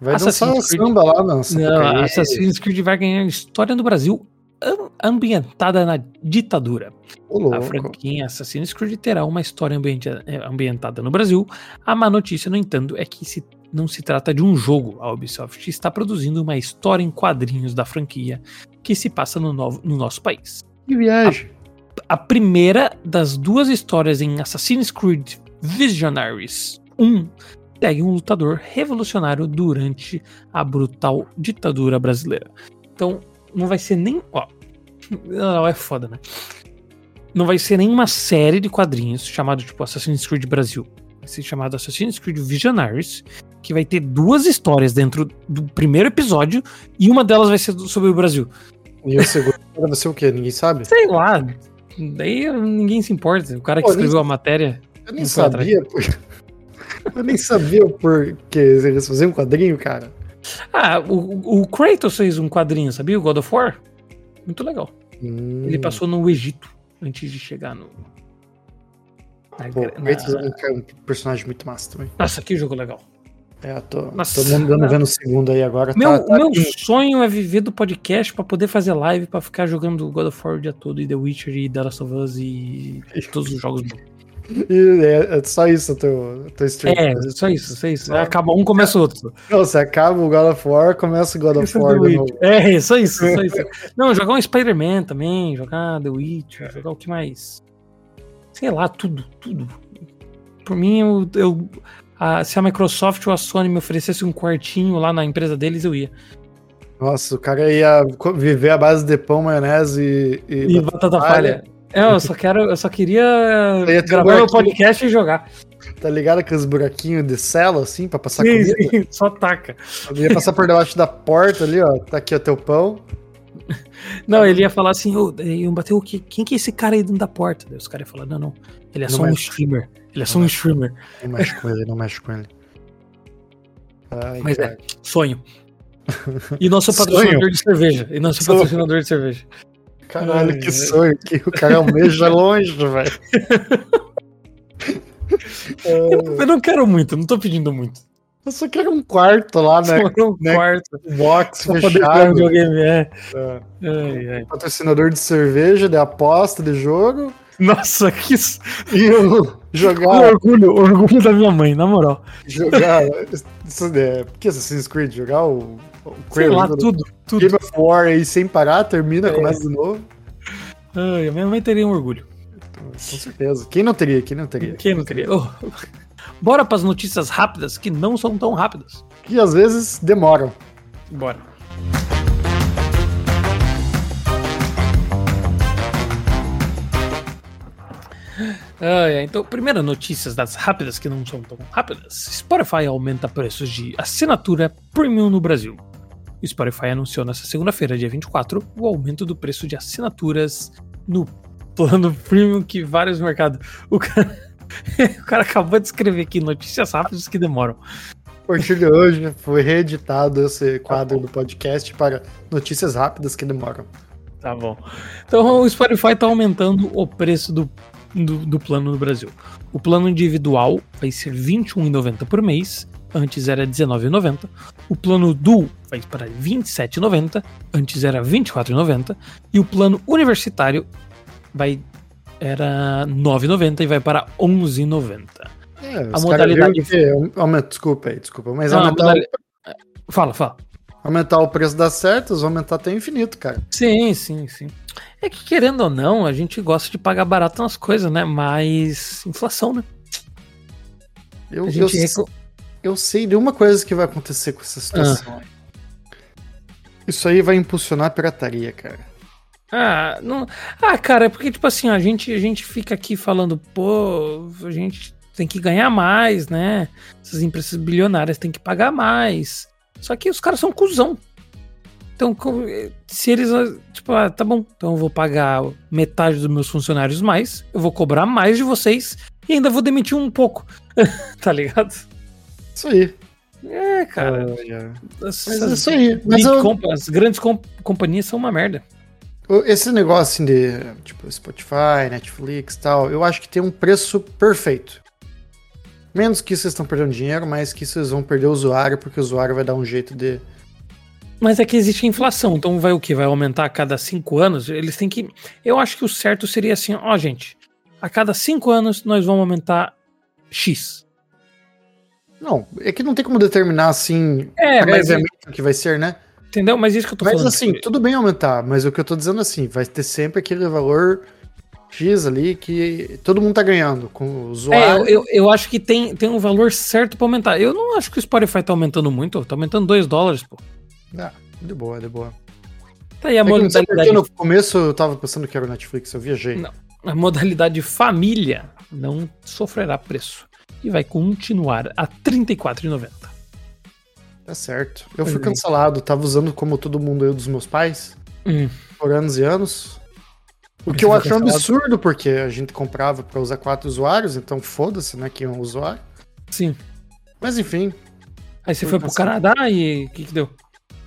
B: Vai
A: Assassin's
B: dançar o
A: Creed.
B: samba lá, não. é
A: Não,
B: Sapucaí.
A: Assassin's Creed vai ganhar história no Brasil am- ambientada na ditadura.
B: Ô,
A: A
B: louco.
A: franquinha Assassin's Creed terá uma história ambienta- eh, ambientada no Brasil. A má notícia, no entanto, é que se não se trata de um jogo. A Ubisoft está produzindo uma história em quadrinhos da franquia que se passa no, novo- no nosso país.
B: Que viagem.
A: A primeira das duas histórias em Assassin's Creed Visionaries 1 segue um lutador revolucionário durante a brutal ditadura brasileira. Então, não vai ser nem. Ó, não, é foda, né? Não vai ser nenhuma série de quadrinhos chamado tipo Assassin's Creed Brasil. Vai ser chamado Assassin's Creed Visionaries, que vai ter duas histórias dentro do primeiro episódio e uma delas vai ser sobre o Brasil.
B: E o segundo vai ser o quê? Ninguém sabe?
A: Sei lá. Daí ninguém se importa. O cara que
B: Pô, nem-
A: escreveu a matéria.
B: Eu nem
A: Não foi atrás.
B: sabia. Por... Eu nem sabia por que eles faziam um quadrinho, cara.
A: Ah, o, o Kratos fez um quadrinho, sabia? O God of War. Muito legal.
B: Hum,
A: Ele passou no Egito antes de chegar no. na
B: Pô,
A: Gre-
B: o
A: na-
B: Kratos é um cara- um personagem muito massa também.
A: Nossa, que jogo legal.
B: É, eu tô,
A: Nossa.
B: tô mandando vendo o segundo aí agora.
A: Meu,
B: tá, tá
A: meu
B: aqui.
A: sonho é viver do podcast pra poder fazer live pra ficar jogando God of War o dia todo e The Witcher e The Last of Us e todos os jogos. bons.
B: E é, é só isso, teu, teu stream.
A: É, só isso, só isso. Acaba um, começa o outro.
B: Não, você acaba o God of War, começa o God of
A: Isso é
B: War
A: The
B: de novo.
A: Witcher. É, só isso, só isso. Não, jogar um Spider-Man também, jogar The Witcher, jogar o que mais? Sei lá, tudo, tudo. Por mim, eu, eu- a- se a Microsoft ou a Sony me oferecesse um quartinho lá na empresa deles, eu ia.
B: Nossa, o cara ia co- viver à base de pão, maionese e. e-
A: E batata falha. É, eu só quero, eu só queria
B: Eu ia ter um
A: gravar meu
B: quartinho.
A: podcast e jogar.
B: Tá ligado aqueles buraquinhos de cela, assim, pra passar
A: Sim,
B: comida?
A: sim, só taca.
B: Ia passar por debaixo da porta ali, ó. Tá aqui o teu pão.
A: Não, ele ia falar assim, ô, iam bater o que? Quem que é esse cara aí dentro da porta? Daí os caras iam falar, não, não. Ele é
B: Não
A: só
B: vai-
A: um streamer. Ele é só
B: Não
A: um
B: vai-
A: streamer.
B: Não mexe com ele, não mexe com ele. Ai,
A: Mas
B: cara.
A: é, sonho. E nosso
B: Sonho?
A: patrocinador de cerveja. E nosso
B: Sonho.
A: patrocinador de cerveja.
B: Caralho,
A: é.
B: que sonho que o cara almeja longe, velho. É,
A: Eu não quero muito, não tô pedindo muito.
B: Eu só quero um quarto lá,
A: Só
B: né?
A: um
B: né,
A: quarto
B: Um box
A: pra poder jogar
B: fechado.
A: videogame. É.
B: É.
A: Ai, ai.
B: Patrocinador de cerveja, de aposta, de jogo.
A: Nossa, que s-
B: E eu jogar
A: orgulho, orgulho da minha mãe, na moral.
B: Jogar. Isso, é, que Assassin's Creed? Jogar o. o
A: Sei lá,
B: Kratos,
A: tudo, tudo.
B: Game of War aí sem parar, termina,
A: É.
B: começa de novo.
A: Ai, a minha mãe teria um orgulho.
B: Com certeza. Quem não teria? Quem não teria?
A: Quem não teria? Oh. Bora pras notícias rápidas, que não são tão rápidas.
B: Que às vezes demoram.
A: Bora. Ai, ai, então, primeira notícias das rápidas que não são tão rápidas. Spotify aumenta preços de assinatura premium no Brasil. O Spotify anunciou nesta segunda-feira, dia 24, o aumento do preço de assinaturas no plano premium que vários mercados. O cara, o cara acabou de escrever aqui notícias rápidas que demoram.
B: A partir de hoje foi reeditado esse quadro do podcast para notícias rápidas que demoram.
A: Tá bom. Então o Spotify tá aumentando o preço do, do, do plano no Brasil. O plano individual vai ser R$ 21,90 por mês, antes era R$ 19,90. O plano duo vai para R$ 27,90, antes era R$ 24,90. E o plano universitário vai era R$ 9,90 e vai para R$ 11,90.
B: É,
A: A
B: os caras
A: modalidade-
B: viram que aumenta- desculpa aí, desculpa. Mas
A: Não, a
B: aumentar,
A: modalidade- Fala, fala.
B: aumentar o preço dá certo, eles vão aumentar até o infinito, cara.
A: Sim, sim, sim. É que querendo ou não, a gente gosta de pagar barato nas coisas, né? Mas inflação, né?
B: Eu,
A: A
B: eu,
A: gente recu-
B: eu sei de uma coisa que vai acontecer com essa situação. aí. Ah. Isso aí vai impulsionar a pirataria, cara.
A: Ah, não... ah, cara, é porque, tipo assim, a gente, a gente fica aqui falando, pô, a gente tem que ganhar mais, né? Essas empresas bilionárias têm que pagar mais. Só que os caras são cuzão. Então, co- eh, se eles, ah, tipo, ah, tá bom, então eu vou pagar metade dos meus funcionários mais, eu vou cobrar mais de vocês e ainda vou demitir um pouco. tá ligado?
B: Isso aí.
A: É, cara.
B: Ai, ai. Mas é
A: essas
B: isso aí.
A: big
B: Mas eu-
A: compa- as grandes comp- companhias são uma merda.
B: eu- esse negócio assim de tipo, Spotify, Netflix e tal, eu acho que tem um preço perfeito. Menos que vocês estão perdendo dinheiro, mas que vocês vão perder o usuário, porque o usuário vai dar um jeito de.
A: Mas é que existe a inflação, então vai o quê? Vai aumentar a cada cinco anos? Eles têm que. Eu acho que o certo seria assim, ó, gente, a cada cinco anos nós vamos aumentar X.
B: Não, é que não tem como determinar assim
A: É, mas
B: previamente o que vai ser, né?
A: entendeu? Mas é isso que eu tô
B: Mas
A: falando.
B: assim, tudo bem aumentar, mas o que eu tô dizendo assim, vai ter sempre aquele valor X ali que todo mundo tá ganhando com o
A: É,
B: usuário.
A: eu, eu, eu acho que tem, tem um valor certo pra aumentar. Eu não acho que o Spotify tá aumentando muito, tá aumentando 2 dólares, pô.
B: Ah, de boa, de boa.
A: Tá aí a
B: É que não sei
A: modalidade,
B: porque no começo eu tava pensando que era o Netflix, eu viajei.
A: Não. a modalidade família não sofrerá preço. E vai continuar a R$ 34,90.
B: Tá certo. Eu fui
A: Pois é.
B: cancelado, tava usando como todo mundo eu dos meus pais,
A: Hum.
B: por anos e anos. O
A: Mas
B: que eu
A: foi
B: acho um
A: cancelado?
B: absurdo, porque a gente comprava pra usar quatro usuários, então foda-se, né, quem é um usuário.
A: Sim.
B: Mas enfim,
A: Aí você
B: Foi
A: foi pro
B: cancelado.
A: Canadá e o que, que deu?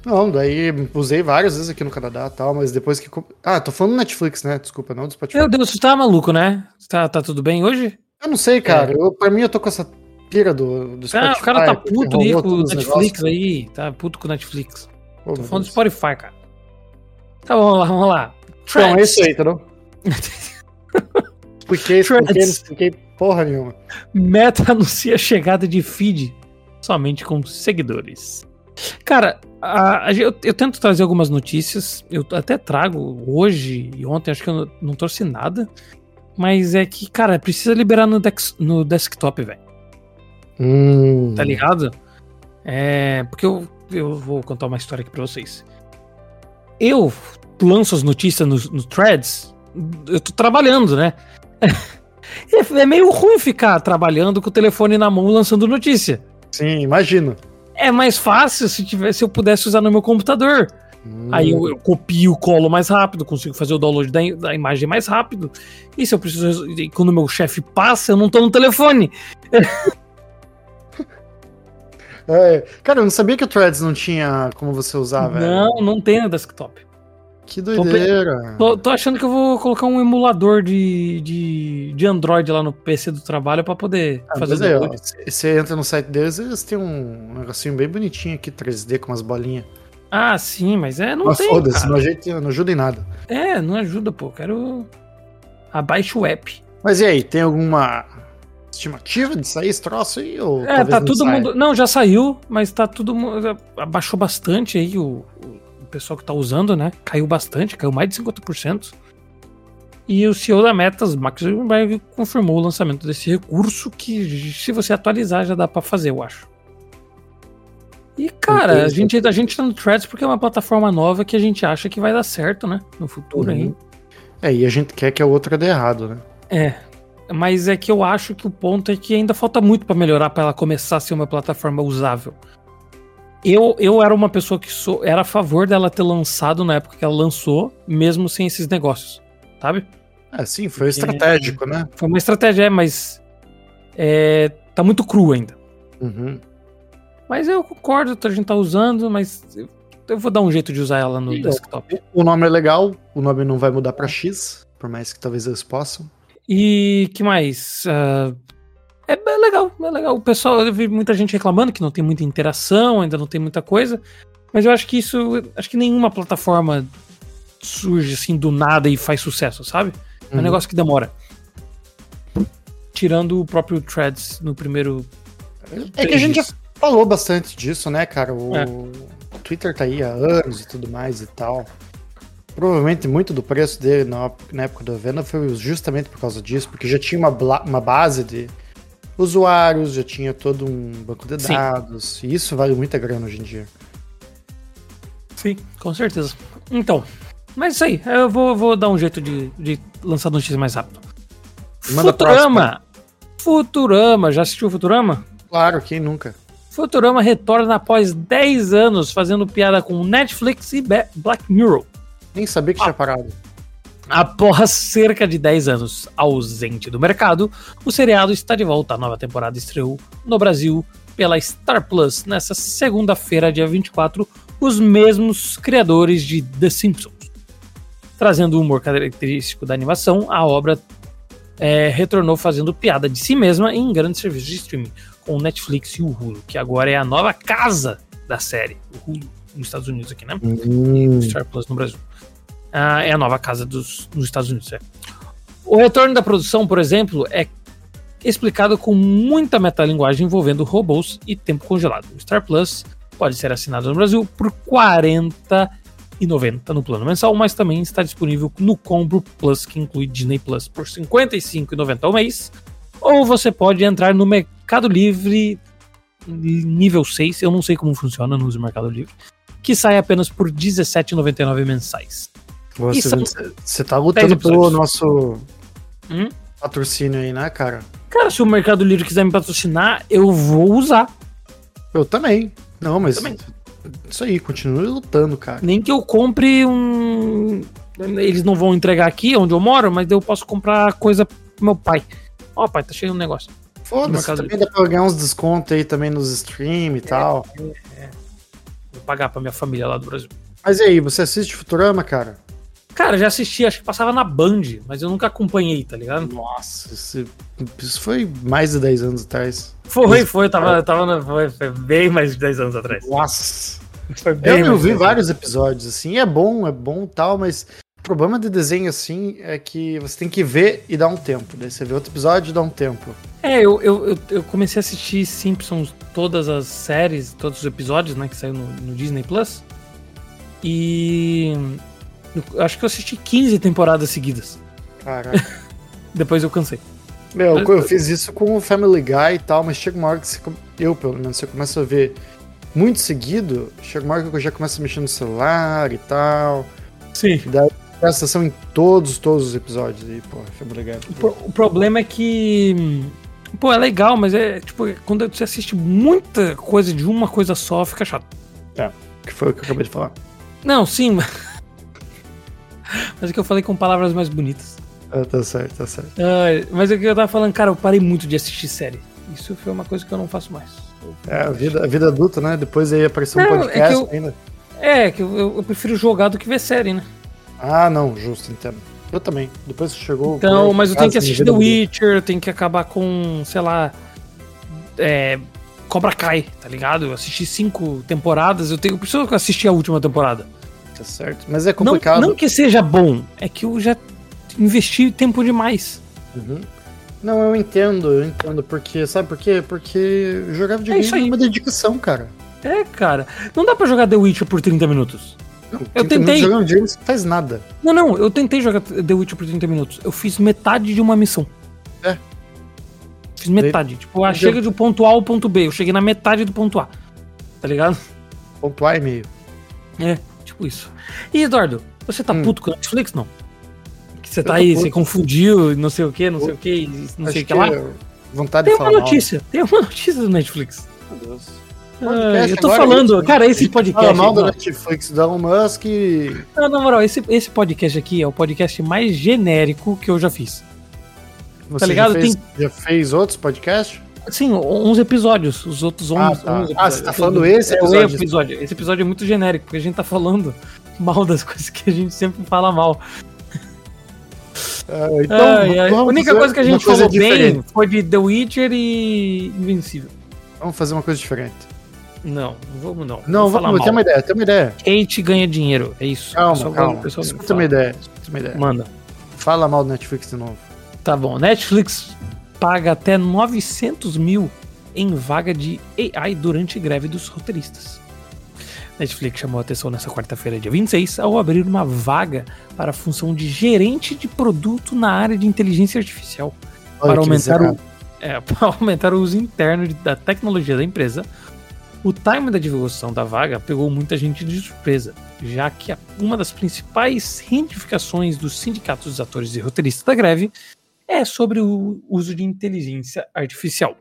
B: não, daí usei várias vezes aqui no Canadá e tal, mas depois que... comp- Ah, tô falando do Netflix, né, desculpa, não do Spotify.
A: Meu Deus, você tá maluco, né? Tá, tá tudo bem hoje?
B: Eu não sei, cara, eu, pra mim eu tô com essa pira do, do
A: Ah,
B: Spotify.
A: o É. cara tá
B: porque
A: puto
B: rolou
A: aí com o
B: todos os
A: Netflix
B: negócios.
A: aí. Tá puto com o Netflix.
B: Pô,
A: Tô
B: meu
A: falando do
B: Deus.
A: Spotify, cara. Tá bom, vamos lá, vamos lá.
B: Então, é
A: Threads.
B: isso aí, tá bom? Expliquei, expliquei, não
A: Threads.
B: expliquei porra nenhuma.
A: Meta anuncia a chegada de feed somente com seguidores. Cara, a- a gen- eu, eu tento trazer algumas notícias. Eu até trago hoje e ontem, acho que eu não, não trouxe nada. Mas é que, cara, precisa liberar no, dex- no desktop, velho.
B: Hum.
A: Tá ligado? É. Porque eu, eu vou contar uma história aqui pra vocês. Eu lanço as notícias no, no threads. Eu tô trabalhando, né? É é meio ruim ficar trabalhando com o telefone na mão lançando notícia.
B: Sim, imagino.
A: É mais fácil se, tiver, se eu pudesse usar no meu computador.
B: Hum.
A: Aí eu, eu copio, colo mais rápido, consigo fazer o download da, im- da imagem mais rápido. E se eu preciso. reso- e Quando meu chefe passa, eu não tô no telefone.
B: É, cara, eu não sabia que o Threads não tinha como você usar, Tá, velho.
A: não, não tem no desktop.
B: Que doideira.
A: Tô, tô achando que eu vou colocar um emulador de, de, de Android lá no PC do trabalho pra poder
B: Ah,
A: fazer o
B: mas aí, ó,
A: download.
B: c- você entra no site deles, eles têm um negocinho bem bonitinho aqui, 3D, com umas bolinhas.
A: Ah, sim, mas é, não
B: Mas
A: tem.
B: foda-se,
A: cara.
B: não, ajeita- não ajuda em nada.
A: É, não ajuda, pô. Quero. Abaixa o app.
B: Mas e aí, tem alguma estimativa de sair esse troço aí? Ou
A: É,
B: talvez
A: tá
B: não
A: todo
B: saia?
A: mundo. Não, já saiu, mas tá todo mundo. Abaixou bastante aí o, o pessoal que tá usando, né? Caiu bastante, caiu mais de 50%. E o CEO da Metas, Max Zuckerberg, confirmou o lançamento desse recurso que, se você atualizar, já dá pra fazer, eu acho. E, cara, a
B: Entendi.
A: gente, a gente tá no Threads porque é uma plataforma nova que a gente acha que vai dar certo, né? No futuro aí.
B: Uhum. É, e a gente quer que a outra dê errado, né?
A: É. Mas é que eu acho que o ponto é que ainda falta muito pra melhorar pra ela começar a ser uma plataforma usável. Eu, eu era uma pessoa que sou, era a favor dela ter lançado na época que ela lançou, mesmo sem esses negócios, sabe?
B: É, sim, foi estratégico, né?
A: Foi uma estratégia, é, mas é, tá muito cru ainda.
B: Uhum.
A: Mas eu concordo, a gente tá usando, mas eu, eu vou dar um jeito de usar ela no
B: Sim, eu-
A: desktop.
B: O nome é legal, o nome não vai mudar pra X, por mais que talvez eles possam.
A: E que mais? Ah, é bem legal, é legal. O pessoal, eu vi muita gente reclamando que não tem muita interação, ainda não tem muita coisa. Mas eu acho que isso, acho que nenhuma plataforma surge assim do nada e faz sucesso, sabe? É um
B: Uhum.
A: negócio que demora. Tirando o próprio Threads no primeiro.
B: É que a gente já falou bastante disso, né, cara? O
A: É.
B: o Twitter tá aí há anos e tudo mais e tal. Provavelmente muito do preço dele na, op- na época da venda foi justamente por causa disso, porque já tinha uma, bla- uma base de usuários, já tinha todo um banco de
A: Sim.
B: dados, e isso vale muita grana hoje em dia.
A: Sim, com certeza. Então, mas isso aí. Eu vou, vou dar um jeito de, de lançar notícias mais rápido.
B: Manda a
A: Futurama! Futurama, já assistiu Futurama?
B: Claro, quem nunca?
A: Futurama retorna após 10 anos fazendo piada com Netflix e Be- Black Mirror.
B: Nem sabia que
A: Ah.
B: tinha parado.
A: Após cerca de 10 anos ausente do mercado, o seriado está de volta. A nova temporada estreou no Brasil pela Star Plus nesta segunda-feira, dia 24, os mesmos criadores de The Simpsons. Trazendo o humor característico da animação, a obra é, retornou fazendo piada de si mesma em grandes serviços de streaming, com o Netflix e o Hulu, que agora é a nova casa da série, o Hulu, nos Estados Unidos aqui, né? Star Plus no Brasil. Ah, é a nova casa dos, dos Estados Unidos. é. O retorno da produção, por exemplo, é explicado com muita metalinguagem envolvendo robôs e tempo congelado. O Star Plus pode ser assinado no Brasil por R$ 49,90 R$49,90 no plano mensal, mas também está disponível no combo Plus, que inclui Disney Plus, por R$ 55,90 ao mês. Ou você pode entrar no Mercado Livre nível 6, eu não sei como funciona, não uso Mercado Livre, que sai apenas por R$17,99 mensais.
B: Você,
A: são
B: você tá lutando
A: 10
B: pelo
A: episódios.
B: nosso
A: Hum?
B: patrocínio aí, né, cara?
A: Cara, se o Mercado Livre quiser me patrocinar, eu vou usar.
B: Eu também. Não, mas.
A: Também.
B: Isso aí, continue lutando, cara.
A: Nem que eu compre um. Eles não vão entregar aqui onde eu moro, mas eu posso comprar coisa pro meu pai. Ó, pai, tá cheio de um negócio. No
B: Foda-se,
A: Mercado
B: também dá pra ganhar uns descontos aí também nos stream e tal.
A: Vou pagar pra minha família lá do Brasil.
B: Mas e aí, você assiste Futurama, cara?
A: Cara, já assisti, acho que passava na Band, mas eu nunca acompanhei, tá ligado?
B: Nossa, esse- isso foi mais de 10 anos atrás.
A: Foi, foi, eu tava, eu tava na- foi, foi bem mais de 10 anos atrás.
B: Nossa.
A: Foi
B: Eu,
A: bem
B: eu
A: mais de
B: vi
A: 10
B: vários episódios, assim, é bom, é bom e tal, mas o problema de desenho, assim, é que você tem que ver e dar um tempo. Daí você vê outro episódio e dá um tempo.
A: É, eu, eu, eu, eu comecei a assistir Simpsons, todas as séries, todos os episódios, né, que saiu no, no Disney Plus. E. eu acho que eu assisti 15 temporadas seguidas.
B: Caraca.
A: Depois eu cansei.
B: Meu, eu fiz isso com o Family Guy e tal, mas chega uma hora que você, come- eu, pelo menos, você começa a ver muito seguido, chega uma hora que eu já começo a mexer no celular e tal.
A: Sim.
B: Presta atenção em todos, todos os episódios aí, pô, Family Guy.
A: Pro- O problema é que. hum, Pô, é legal, mas é tipo, quando você assiste muita coisa de uma coisa só, fica chato.
B: Que foi o que eu acabei de falar.
A: Não, sim. mas- Mas é que eu falei com palavras mais bonitas.
B: Ah, tá certo, tá certo.
A: Ah, mas é que eu tava falando, cara, eu parei muito de assistir série. Isso foi uma coisa que eu não faço mais.
B: É, a vida, a vida adulta, né? Depois aí apareceu um
A: Não, é que
B: podcast
A: eu-
B: ainda.
A: É, que eu, eu- eu prefiro jogar do que ver série, né?
B: Ah, não, justo, entendo. Eu também. Depois que chegou.
A: Então, mas eu tenho que
B: podcast,
A: assistir The
B: vida adulta.
A: Witcher, eu tenho que acabar com, sei lá. É, Cobra Kai, tá ligado? Eu assisti cinco temporadas, eu tenho. Eu preciso assistir a última temporada.
B: Tá certo. Mas é
A: Não,
B: complicado.
A: não que seja bom, é que eu já investi tempo demais.
B: Uhum. Não, eu entendo, eu entendo. Porque, sabe por quê? Porque jogar videogame
A: isso
B: é,
A: aí.
B: uma dedicação, cara.
A: É, cara. Não dá pra jogar The Witcher por 30 minutos.
B: Não, trinta
A: tentei.
B: minutos Jogando videogame um você não faz nada.
A: Não, não, eu tentei jogar The Witcher por 30 minutos. Eu fiz metade de uma missão.
B: É.
A: Fiz metade. Tipo, ah,
B: Entendeu?
A: chega do ponto A ao ponto B. Eu cheguei na metade do ponto A. Tá ligado?
B: Pontuar e meio.
A: É, tipo isso. E, Eduardo, você tá
B: Hum.
A: puto com a Netflix, não? Que você tá
B: tô
A: aí,
B: puto.
A: você confundiu, e não sei o que, não sei o que, não sei o que lá.
B: é vontade
A: Tem
B: de falar.
A: uma notícia, tem uma notícia do Netflix.
B: Mal. Meu Deus.
A: Ah,
B: Podcast
A: eu tô
B: agora,
A: falando,
B: gente.
A: cara, esse podcast.
B: Fala mal da
A: não.
B: Netflix, do Elon Musk e.
A: Não, na moral, esse, esse podcast aqui é o podcast mais genérico que eu já fiz.
B: Você
A: Tá ligado?
B: Já fez, já fez outros podcasts?
A: Sim, uns episódios, os outros 11.
B: Ah, tá.
A: 11
B: Ah,
A: episódios.
B: você tá falando esse
A: É, o
B: episódio?
A: episódio. Esse episódio é muito genérico, porque a gente tá falando mal das coisas que a gente sempre fala mal.
B: Ah,
A: Ai, ai. A
B: vamos
A: única
B: fazer
A: coisa que a
B: uma
A: gente
B: coisa
A: falou
B: diferente.
A: bem foi de The Witcher e Invencível.
B: Vamos fazer uma coisa diferente.
A: Não, não vamos não.
B: Não,
A: falar
B: vamos, eu
A: mal.
B: tenho uma ideia, eu tenho uma ideia.
A: Kate ganha dinheiro, é isso.
B: Calma,
A: Só-
B: calma.
A: pessoal,
B: Escuta
A: fala.
B: uma ideia, escuta uma ideia.
A: Manda.
B: Fala mal do Netflix de novo.
A: Tá bom. Netflix paga até 900 mil em vaga de AI durante greve dos roteiristas. Netflix chamou a atenção nessa quarta-feira, dia 26, ao abrir uma vaga para a função de gerente de produto na área de inteligência artificial.
B: Olha
A: para,
B: que
A: aumentar o,
B: miserável.
A: é, para aumentar o uso interno de- da tecnologia da empresa, o time da divulgação da vaga pegou muita gente de surpresa, já que a- uma das principais reivindicações dos sindicatos dos atores e roteiristas da greve é sobre o uso de inteligência artificial.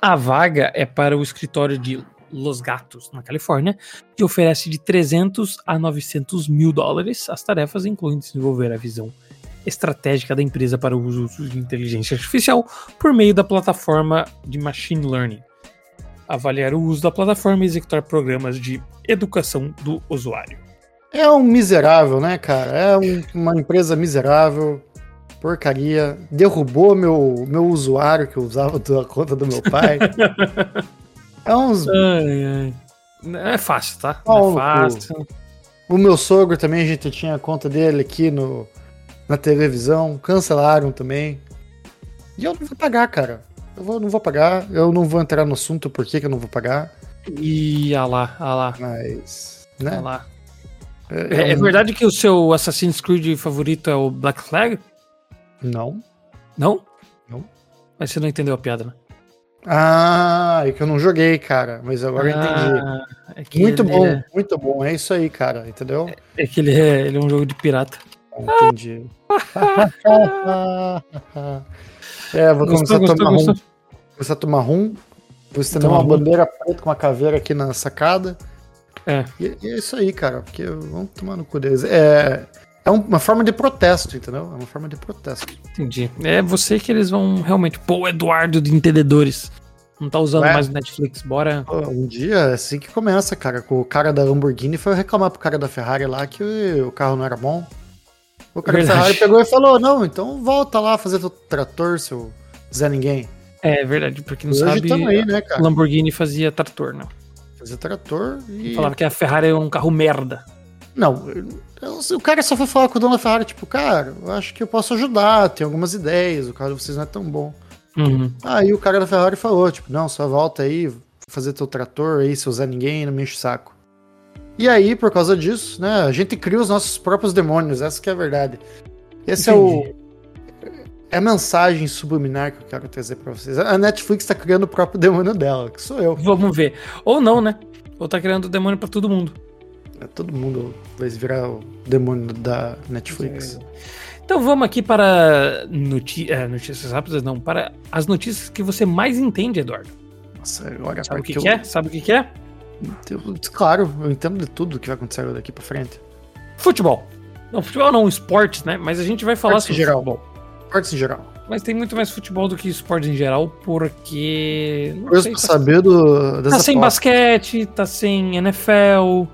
A: A vaga é para o escritório de Los Gatos, na Califórnia, que oferece de 300 a 900 mil dólares. As tarefas incluem desenvolver a visão estratégica da empresa para o uso de inteligência artificial por meio da plataforma de machine learning, avaliar o uso da plataforma e executar programas de educação do usuário.
B: É um miserável, né, cara? É um- uma empresa miserável, porcaria. Derrubou meu, meu usuário que eu usava da conta do meu pai. é uns.
A: Não é fácil, tá?
B: Pau
A: Não é
B: no cu.
A: fácil.
B: O meu sogro também, a gente tinha a conta dele aqui no, na televisão, cancelaram também. E eu não vou pagar, cara. Eu vou- não vou pagar, eu não vou entrar no assunto por que que eu não vou pagar,
A: E ah lá, ah lá,
B: mas.
A: ah
B: Né?
A: lá. É, é
B: um-
A: verdade que o seu Assassin's Creed favorito é o Black Flag?
B: Não.
A: Não?
B: Não.
A: Mas você não entendeu a piada, né?
B: Ah, é que eu não joguei, cara, mas agora eu entendi.
A: Ah, é que
B: Muito
A: ele
B: bom,
A: É,
B: muito bom. É isso aí, cara, entendeu?
A: é que ele é, ele é um jogo de pirata.
B: Ah, Entendi. é, vou começar
A: Gostou,
B: a
A: gostou,
B: tomar
A: gostou?
B: rum. Começar a tomar rum. Vou estender
A: Tomar
B: uma
A: rum.
B: bandeira preta com uma caveira aqui na sacada.
A: É.
B: E, e é isso aí, cara, porque vamos tomar no cu deles. É, é um- uma forma de protesto, entendeu? É uma forma de protesto.
A: Entendi. É você que eles vão realmente. Pô, o Eduardo de Entendedores. Não tá usando
B: Ué?
A: mais o Netflix, bora.
B: Pô, Um dia é assim que começa, cara. Com o cara da Lamborghini foi reclamar pro cara da Ferrari lá que o carro não era bom. O cara da
A: Verdade.
B: Ferrari pegou e falou: Não, então volta lá fazer teu trator, seu Zé Ninguém.
A: É verdade, pra quem não
B: Hoje
A: sabe,
B: tamo aí, né, cara?
A: Lamborghini fazia trator, né?
B: Fazer trator e.
A: Falava que a Ferrari é um carro merda.
B: Não, eu- eu- o cara só foi falar com o dono da Ferrari, tipo, cara, eu acho que eu posso ajudar, tem algumas ideias, o carro de vocês não é tão bom.
A: Uhum.
B: Aí o cara da Ferrari falou, tipo, não, só volta aí, fazer teu trator aí, se usar ninguém, não me enche o saco. E aí, por causa disso, né, a gente cria os nossos próprios demônios, essa que é a verdade. Esse é o... É a mensagem subliminar que eu quero trazer pra vocês. A Netflix tá criando o próprio demônio dela, que sou eu.
A: Vamos ver. Ou não, né? Ou tá criando demônio pra todo mundo.
B: É, Todo mundo vai virar o demônio da Netflix.
A: Então vamos aqui para noti- eh, notícias rápidas, não, para as notícias que você mais entende, Eduardo.
B: Nossa, olha,
A: Sabe o que,
B: eu,
A: que é? Sabe o que, que é?
B: eu- claro, eu entendo de tudo que vai acontecer daqui pra frente.
A: Futebol. Não, futebol não, esportes, né? Mas a gente vai falar
B: Esportes em
A: sobre
B: geral.
A: futebol.
B: Partes em geral.
A: Mas tem muito mais futebol do que esportes em geral, porque. Não
B: Curioso
A: sei,
B: pra
A: tá-
B: saber do,
A: tá,
B: dessa
A: sem
B: aposta.
A: basquete, tá sem NFL.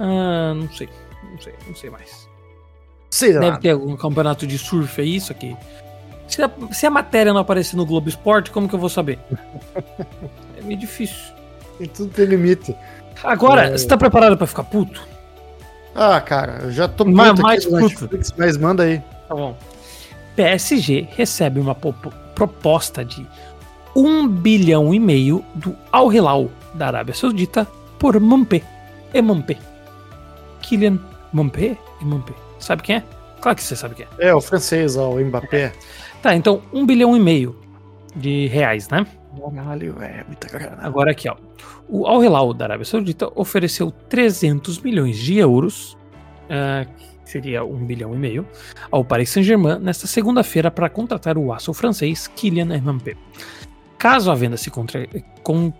A: Ah, não sei. Não sei, não sei mais.
B: Sei lá.
A: Deve ter algum campeonato de surf aí, isso aqui. Se a, se a matéria não aparecer no Globo Esporte, como que eu vou saber? é meio difícil.
B: E tudo tem limite.
A: Agora,
B: É.
A: você tá preparado pra ficar puto?
B: Ah, cara, eu já tô
A: Mais-
B: puto
A: mais
B: do
A: puto.
B: Netflix, mas manda aí.
A: Tá bom. PSG recebe uma popo- proposta de 1 bilhão e meio do Al Hilal da Arábia Saudita por Mampé. É Mampé. Kylian Mampé? É Mampé. Sabe quem é? Claro que você sabe quem é.
B: É, o francês, ó, o Mbappé.
A: Tá, então 1 bilhão e meio de reais, né?
B: Caralho, é muita grana.
A: Agora aqui, ó. O Al Hilal da Arábia Saudita ofereceu 300 milhões de euros, ah, que seria um bilhão e meio, ao Paris Saint-Germain nesta segunda-feira para contratar o aço francês Kylian Mbappé. Caso a venda se contra- con-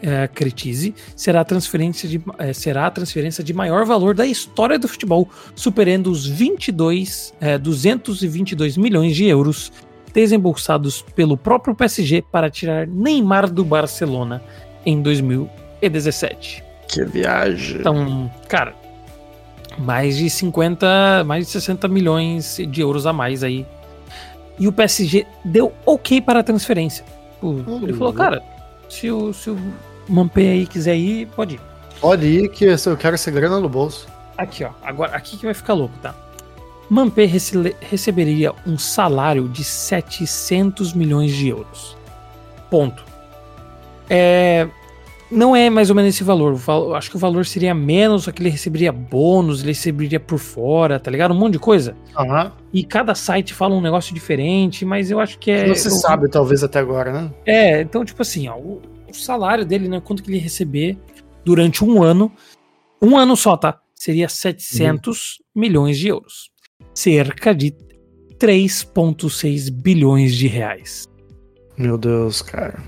A: eh, concretize, será a transferência de eh, será a transferência de maior valor da história do futebol, superando os 22 eh, 222 milhões de euros desembolsados pelo próprio PSG para tirar Neymar do Barcelona em 2017.
B: Que viagem.
A: Então, cara, mais de 50, mais de 60 milhões de euros a mais aí. E o PSG deu ok para a transferência. O-
B: Hum.
A: Ele falou, cara, se o, se o Mampé aí quiser ir, pode ir.
B: Pode ir que eu quero essa grana no bolso.
A: Aqui, ó. Agora, aqui que vai ficar louco, tá? Mampé recele- receberia um salário de 700 milhões de euros. Ponto. É, não é mais ou menos esse valor. O val- Acho que o valor seria menos, só que ele receberia bônus, ele receberia por fora, tá ligado? Um monte de coisa.
B: Aham.
A: E cada site fala um negócio diferente, mas eu acho que é.
B: Não se
A: eu-
B: sabe, talvez, até agora, né?
A: é, então, tipo assim, ó, o, o salário dele, né? Quanto que ele ia receber durante um ano. Um ano só, tá? Seria 700 milhões de euros. Cerca de 3,6 bilhões de reais
B: Meu Deus, cara.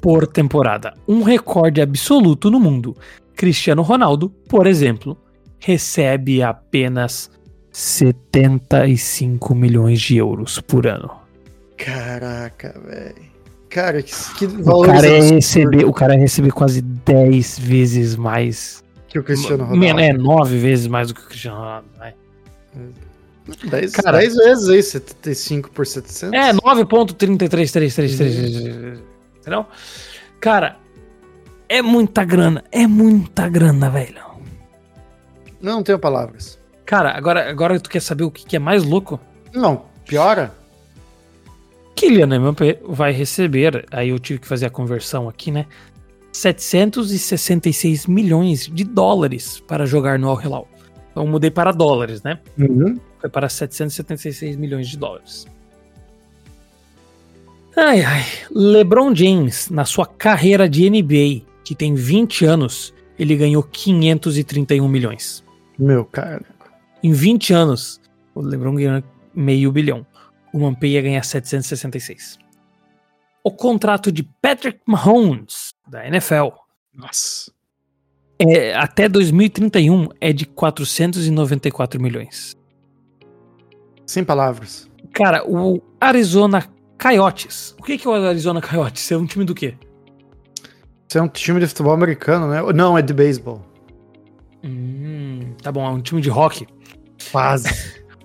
A: por temporada. Um recorde absoluto no mundo. Cristiano Ronaldo, por exemplo, recebe apenas 75 milhões de euros por ano.
B: Caraca, velho. Cara, que, que
A: O
B: valor
A: cara, é ia receber, o cara ia receber quase 10 vezes mais
B: que o Cristiano
A: Men-
B: Ronaldo.
A: É, nove vezes mais do que o Cristiano Ronaldo. né? vai.
B: Dez,
A: Cara.
B: dez vezes aí, 75 por 700.
A: É, 9.33333. Entendeu? Cara, é muita grana. É muita grana, velho.
B: Não tenho palavras.
A: Cara, agora, agora tu quer saber o que, que é mais louco?
B: Não, piora?
A: Kylian Mbappé vai receber, aí eu tive que fazer a conversão aqui, né? 766 milhões de dólares para jogar no Al Hilal. Então eu mudei para dólares, né?
B: Uhum.
A: Foi para 776 milhões de dólares. Ai, ai. LeBron James, na sua carreira de NBA, que tem 20 anos, ele ganhou 531 milhões.
B: Meu cara.
A: Em 20 anos, o LeBron ganhou meio bilhão. O Mampei ia ganhar 766. O contrato de Patrick Mahomes, da NFL,
B: Nossa.
A: é, até 2031 é de 494 milhões.
B: Sem palavras.
A: Cara, o Arizona Coyotes. O que, que é o Arizona Coyotes? É um time do quê?
B: Isso é um time de futebol americano, né? Não, é de beisebol.
A: Hum, tá bom, é um time de hockey.
B: Quase.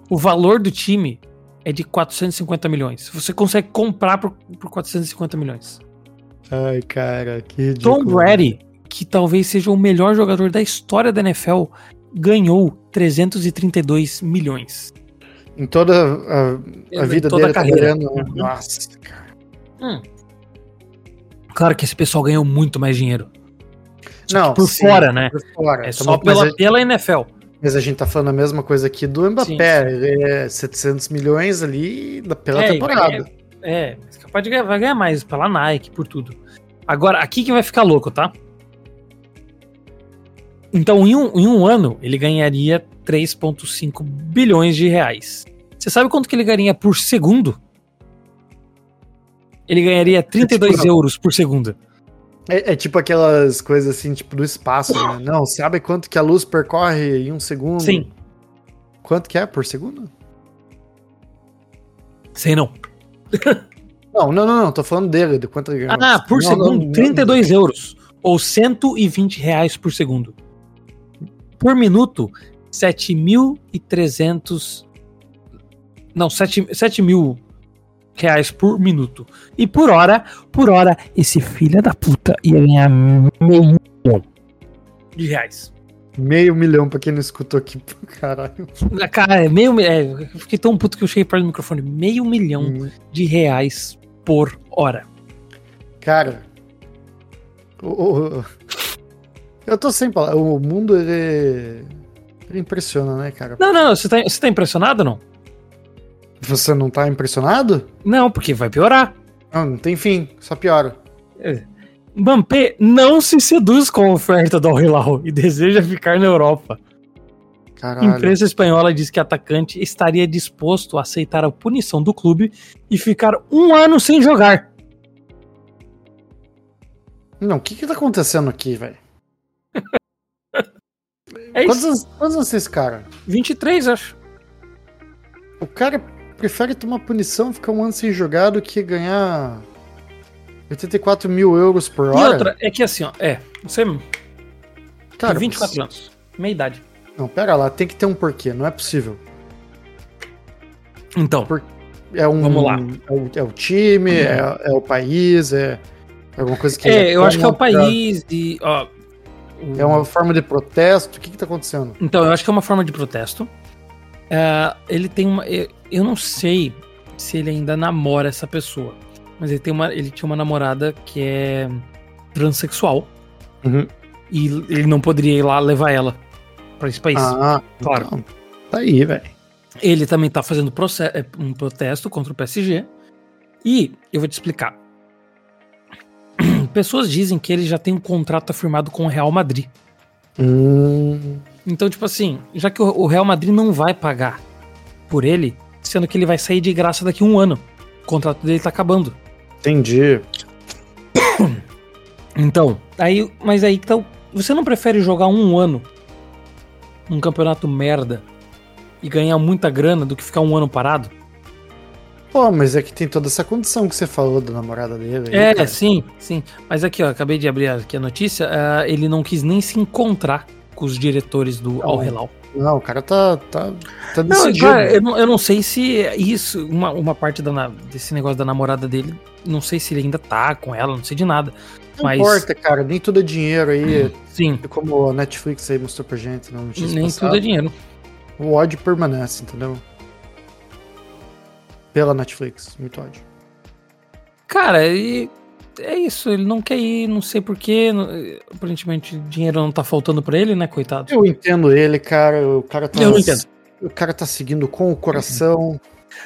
A: O valor do time é de 450 milhões. Você consegue comprar por, por 450 milhões.
B: Ai, cara, que
A: Tom
B: ridículo. né?
A: Brady, que talvez seja o melhor jogador da história da NFL, ganhou 332 milhões.
B: Em toda a, a vida
A: Toda
B: dele
A: a carreira. Hum.
B: tá virando- Nossa, cara.
A: Claro que esse pessoal ganhou muito mais dinheiro.
B: Não,
A: Por
B: sim,
A: fora, né?
B: Por fora.
A: É
B: Tá
A: só
B: bom, mas,
A: pela,
B: a,
A: pela NFL.
B: mas a gente tá falando a mesma coisa aqui do Mbappé. Ele é 700 milhões ali da- pela
A: É,
B: temporada.
A: É, mas capaz de ganhar, vai ganhar mais pela Nike, por tudo. Agora, aqui que vai ficar louco, tá? Então, em um, em um ano, ele ganharia 3,5 bilhões de reais. Você sabe quanto que ele ganharia por segundo? Ele ganharia 32
B: Tipo,
A: euros por segundo.
B: É, é tipo aquelas coisas assim, tipo do espaço, né? Não, sabe quanto que a luz percorre em um segundo?
A: Sim,
B: Quanto que é por segundo?
A: sei não.
B: Não, não, não, não. Tô falando dele, de quanto ele ganha.
A: Ah, por
B: Não, não,
A: segundo,
B: não.
A: 32 euros. Ou 120 reais por segundo. Por minuto, 7.300. Não, 7, 7 mil reais por minuto. E por hora, por hora, esse filho da puta ia ganhar meio milhão de reais.
B: Meio milhão pra quem não escutou aqui, pô, caralho.
A: Cara, é meio. mi- É, eu fiquei tão puto que eu cheguei perto do microfone. Meio
B: Hum.
A: milhão de reais por hora.
B: Cara. o- o- o- eu tô sem palavras. O mundo, ele. Ele impressiona, né, cara?
A: Não, não, você tá, você tá impressionado ou não?
B: Você não tá impressionado?
A: Não, porque vai piorar.
B: Não, não tem fim, só piora.
A: Mbappé não se seduz com a oferta do Al Hilal e deseja ficar na Europa. A
B: Caralho.
A: imprensa espanhola diz que o atacante estaria disposto a aceitar a punição do clube e ficar um ano sem jogar.
B: Não, o que que tá acontecendo aqui, velho?
A: É
B: Quantos,
A: isso.
B: anos- quantos anos tem esse cara?
A: 23, acho.
B: O cara prefere tomar punição, ficar um ano sem jogar do que ganhar 84 mil euros por
A: E
B: hora?
A: outra, é que assim, ó, é, você tem
B: cara,
A: 24 anos, meia idade.
B: Não, pera lá, tem que ter um porquê, não é possível.
A: Então,
B: É um.
A: Vamos lá.
B: É o, é o time, é, é o país, é alguma coisa que.
A: é, eu acho que é o
B: pra-
A: país e, ó, o-
B: É uma forma de protesto. O que que tá acontecendo?
A: Então, eu acho que é uma forma de protesto. É, ele tem uma. Eu, eu não sei se ele ainda namora essa pessoa. Mas ele, tem uma, ele tinha uma namorada que é transexual.
B: Uhum.
A: E ele não poderia ir lá levar ela pra esse país.
B: Ah,
A: claro.
B: então, tá aí, velho.
A: Ele também tá fazendo proce- é, um protesto contra o PSG. E eu vou te explicar. Pessoas dizem que ele já tem um contrato afirmado com o Real Madrid.
B: Hum,
A: Então, tipo assim, já que o- o Real Madrid não vai pagar por ele, sendo que ele vai sair de graça daqui a um ano. O contrato dele tá acabando.
B: entendi.
A: Então, aí, mas aí que tá. o- Você não prefere jogar um ano num campeonato merda e ganhar muita grana do que ficar um ano parado?
B: Pô, mas é que tem toda essa condição que você falou da namorada dele. aí, né? tá.
A: É,
B: cara.
A: sim, sim. Mas aqui, ó, acabei de abrir aqui a notícia. ah, ele não quis nem se encontrar com os diretores do Al Hilal.
B: Não, o cara tá, tá, tá
A: Não,
B: decidido.
A: cara, eu, não, eu não sei se é isso, uma, uma parte da na- desse negócio da namorada dele, não sei se ele ainda tá com ela, não sei de nada.
B: não
A: mas-
B: importa, cara. Nem tudo é dinheiro aí.
A: Sim,
B: Como a Netflix aí mostrou pra gente né, na notícia
A: nem
B: passada.
A: tudo é dinheiro.
B: O ódio permanece, entendeu? Pela Netflix, muito ódio.
A: Cara, e é isso, ele não quer ir, não sei porquê. Aparentemente, dinheiro não tá faltando pra ele, né, coitado?
B: Eu entendo ele, cara. O cara tá,
A: Eu não entendo.
B: O cara tá seguindo com o coração.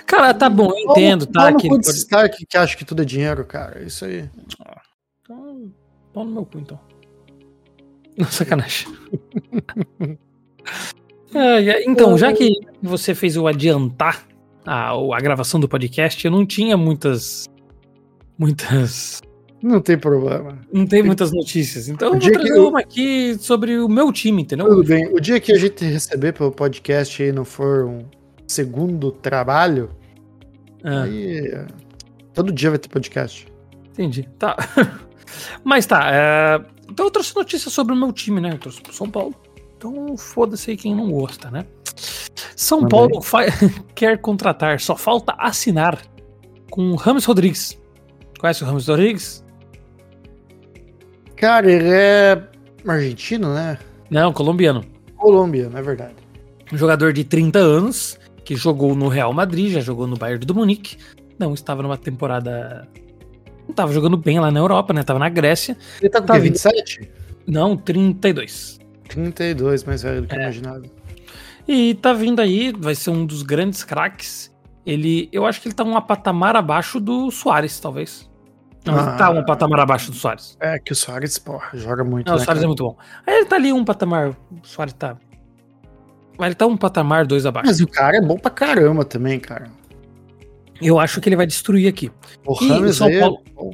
A: Cara, tá bom, eu entendo, tá?
B: Não,
A: que ele pode-
B: esses caras que, que acham que tudo é dinheiro, cara. Isso aí.
A: Então, pau no meu cu, então. Não, sacanagem. Ai, ai, então, já que você fez eu adiantar a, o- a gravação do podcast, eu não tinha muitas. Muitas.
B: Não tem problema.
A: Não tem muitas notícias. Então eu
B: O
A: vou
B: dia que
A: trazer
B: eu-
A: uma aqui sobre o meu time, entendeu?
B: Tudo bem. O dia que a gente receber pelo podcast aí não for um segundo trabalho,
A: Ah.
B: aí. é, Todo dia vai ter podcast.
A: Entendi. Tá. Mas tá. é, Então eu trouxe notícia sobre o meu time, né? Eu trouxe pro São Paulo. Então foda-se aí quem não gosta, né? São
B: Manda
A: Paulo fa- quer contratar, só falta assinar com o Rames Rodrigues. Conhece o Rames Rodrigues?
B: Cara, ele é argentino, né?
A: Não, colombiano.
B: Colombiano, é verdade.
A: Um jogador de 30 anos que jogou no Real Madrid, já jogou no Bayern do Munique. Não estava numa temporada. Não estava jogando bem lá na Europa, né? Tava na Grécia.
B: Ele tá com
A: Tá
B: o quê,
A: vindo.
B: 27?
A: Não, 32.
B: 32, mais velho do
A: É.
B: que eu imaginava.
A: E tá vindo aí, vai ser um dos grandes craques. Ele, eu acho que ele tá um patamar abaixo do Soares, talvez. Não, ele tá
B: Ah.
A: um patamar abaixo do Soares.
B: É que o Soares, porra, joga muito.
A: Não, o
B: né,
A: Soares é
B: cara?
A: muito bom. Aí ele tá ali um patamar, o Soares tá Mas ele tá um patamar dois abaixo.
B: Mas o cara é bom pra caramba também, cara.
A: Eu acho que ele vai destruir aqui.
B: O
A: E o
B: Rames
A: São
B: aí é
A: Paulo-
B: bom.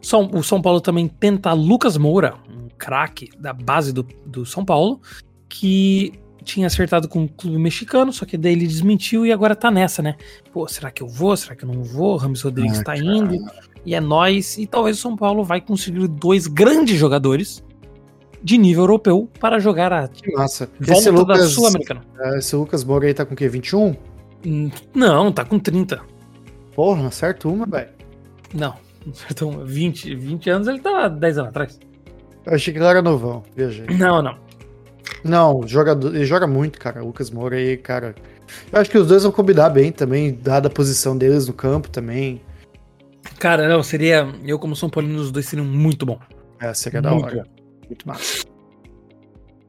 A: São- o São Paulo também tenta Lucas Moura, um craque da base do, do São Paulo, que tinha acertado com o clube mexicano, só que daí ele desmentiu e agora tá nessa, né? Pô, será que eu vou? Será que eu não vou? Rames Rodrigues
B: Ah,
A: tá
B: cara.
A: indo e é nóis. E talvez o São Paulo vai conseguir dois grandes jogadores de nível europeu para jogar a
B: Que massa. Esse
A: volta da
B: Lucas,
A: Sul-Americana.
B: esse Lucas Moura aí tá com o quê? 21?
A: Hum, Não, tá com 30.
B: Porra, não acerta uma, velho.
A: Não, então 20, 20 anos ele tá 10 anos atrás.
B: Eu achei que ele era novão, viajei.
A: Não, não.
B: Não, jogador, ele joga muito, cara. O Lucas Moura aí, cara. Eu acho que os dois vão combinar bem também, dada a posição deles no campo também.
A: Cara, não, seria. Eu, como São Paulino, os dois seriam muito bom.
B: É, seria da
A: Muito
B: hora. Muito massa.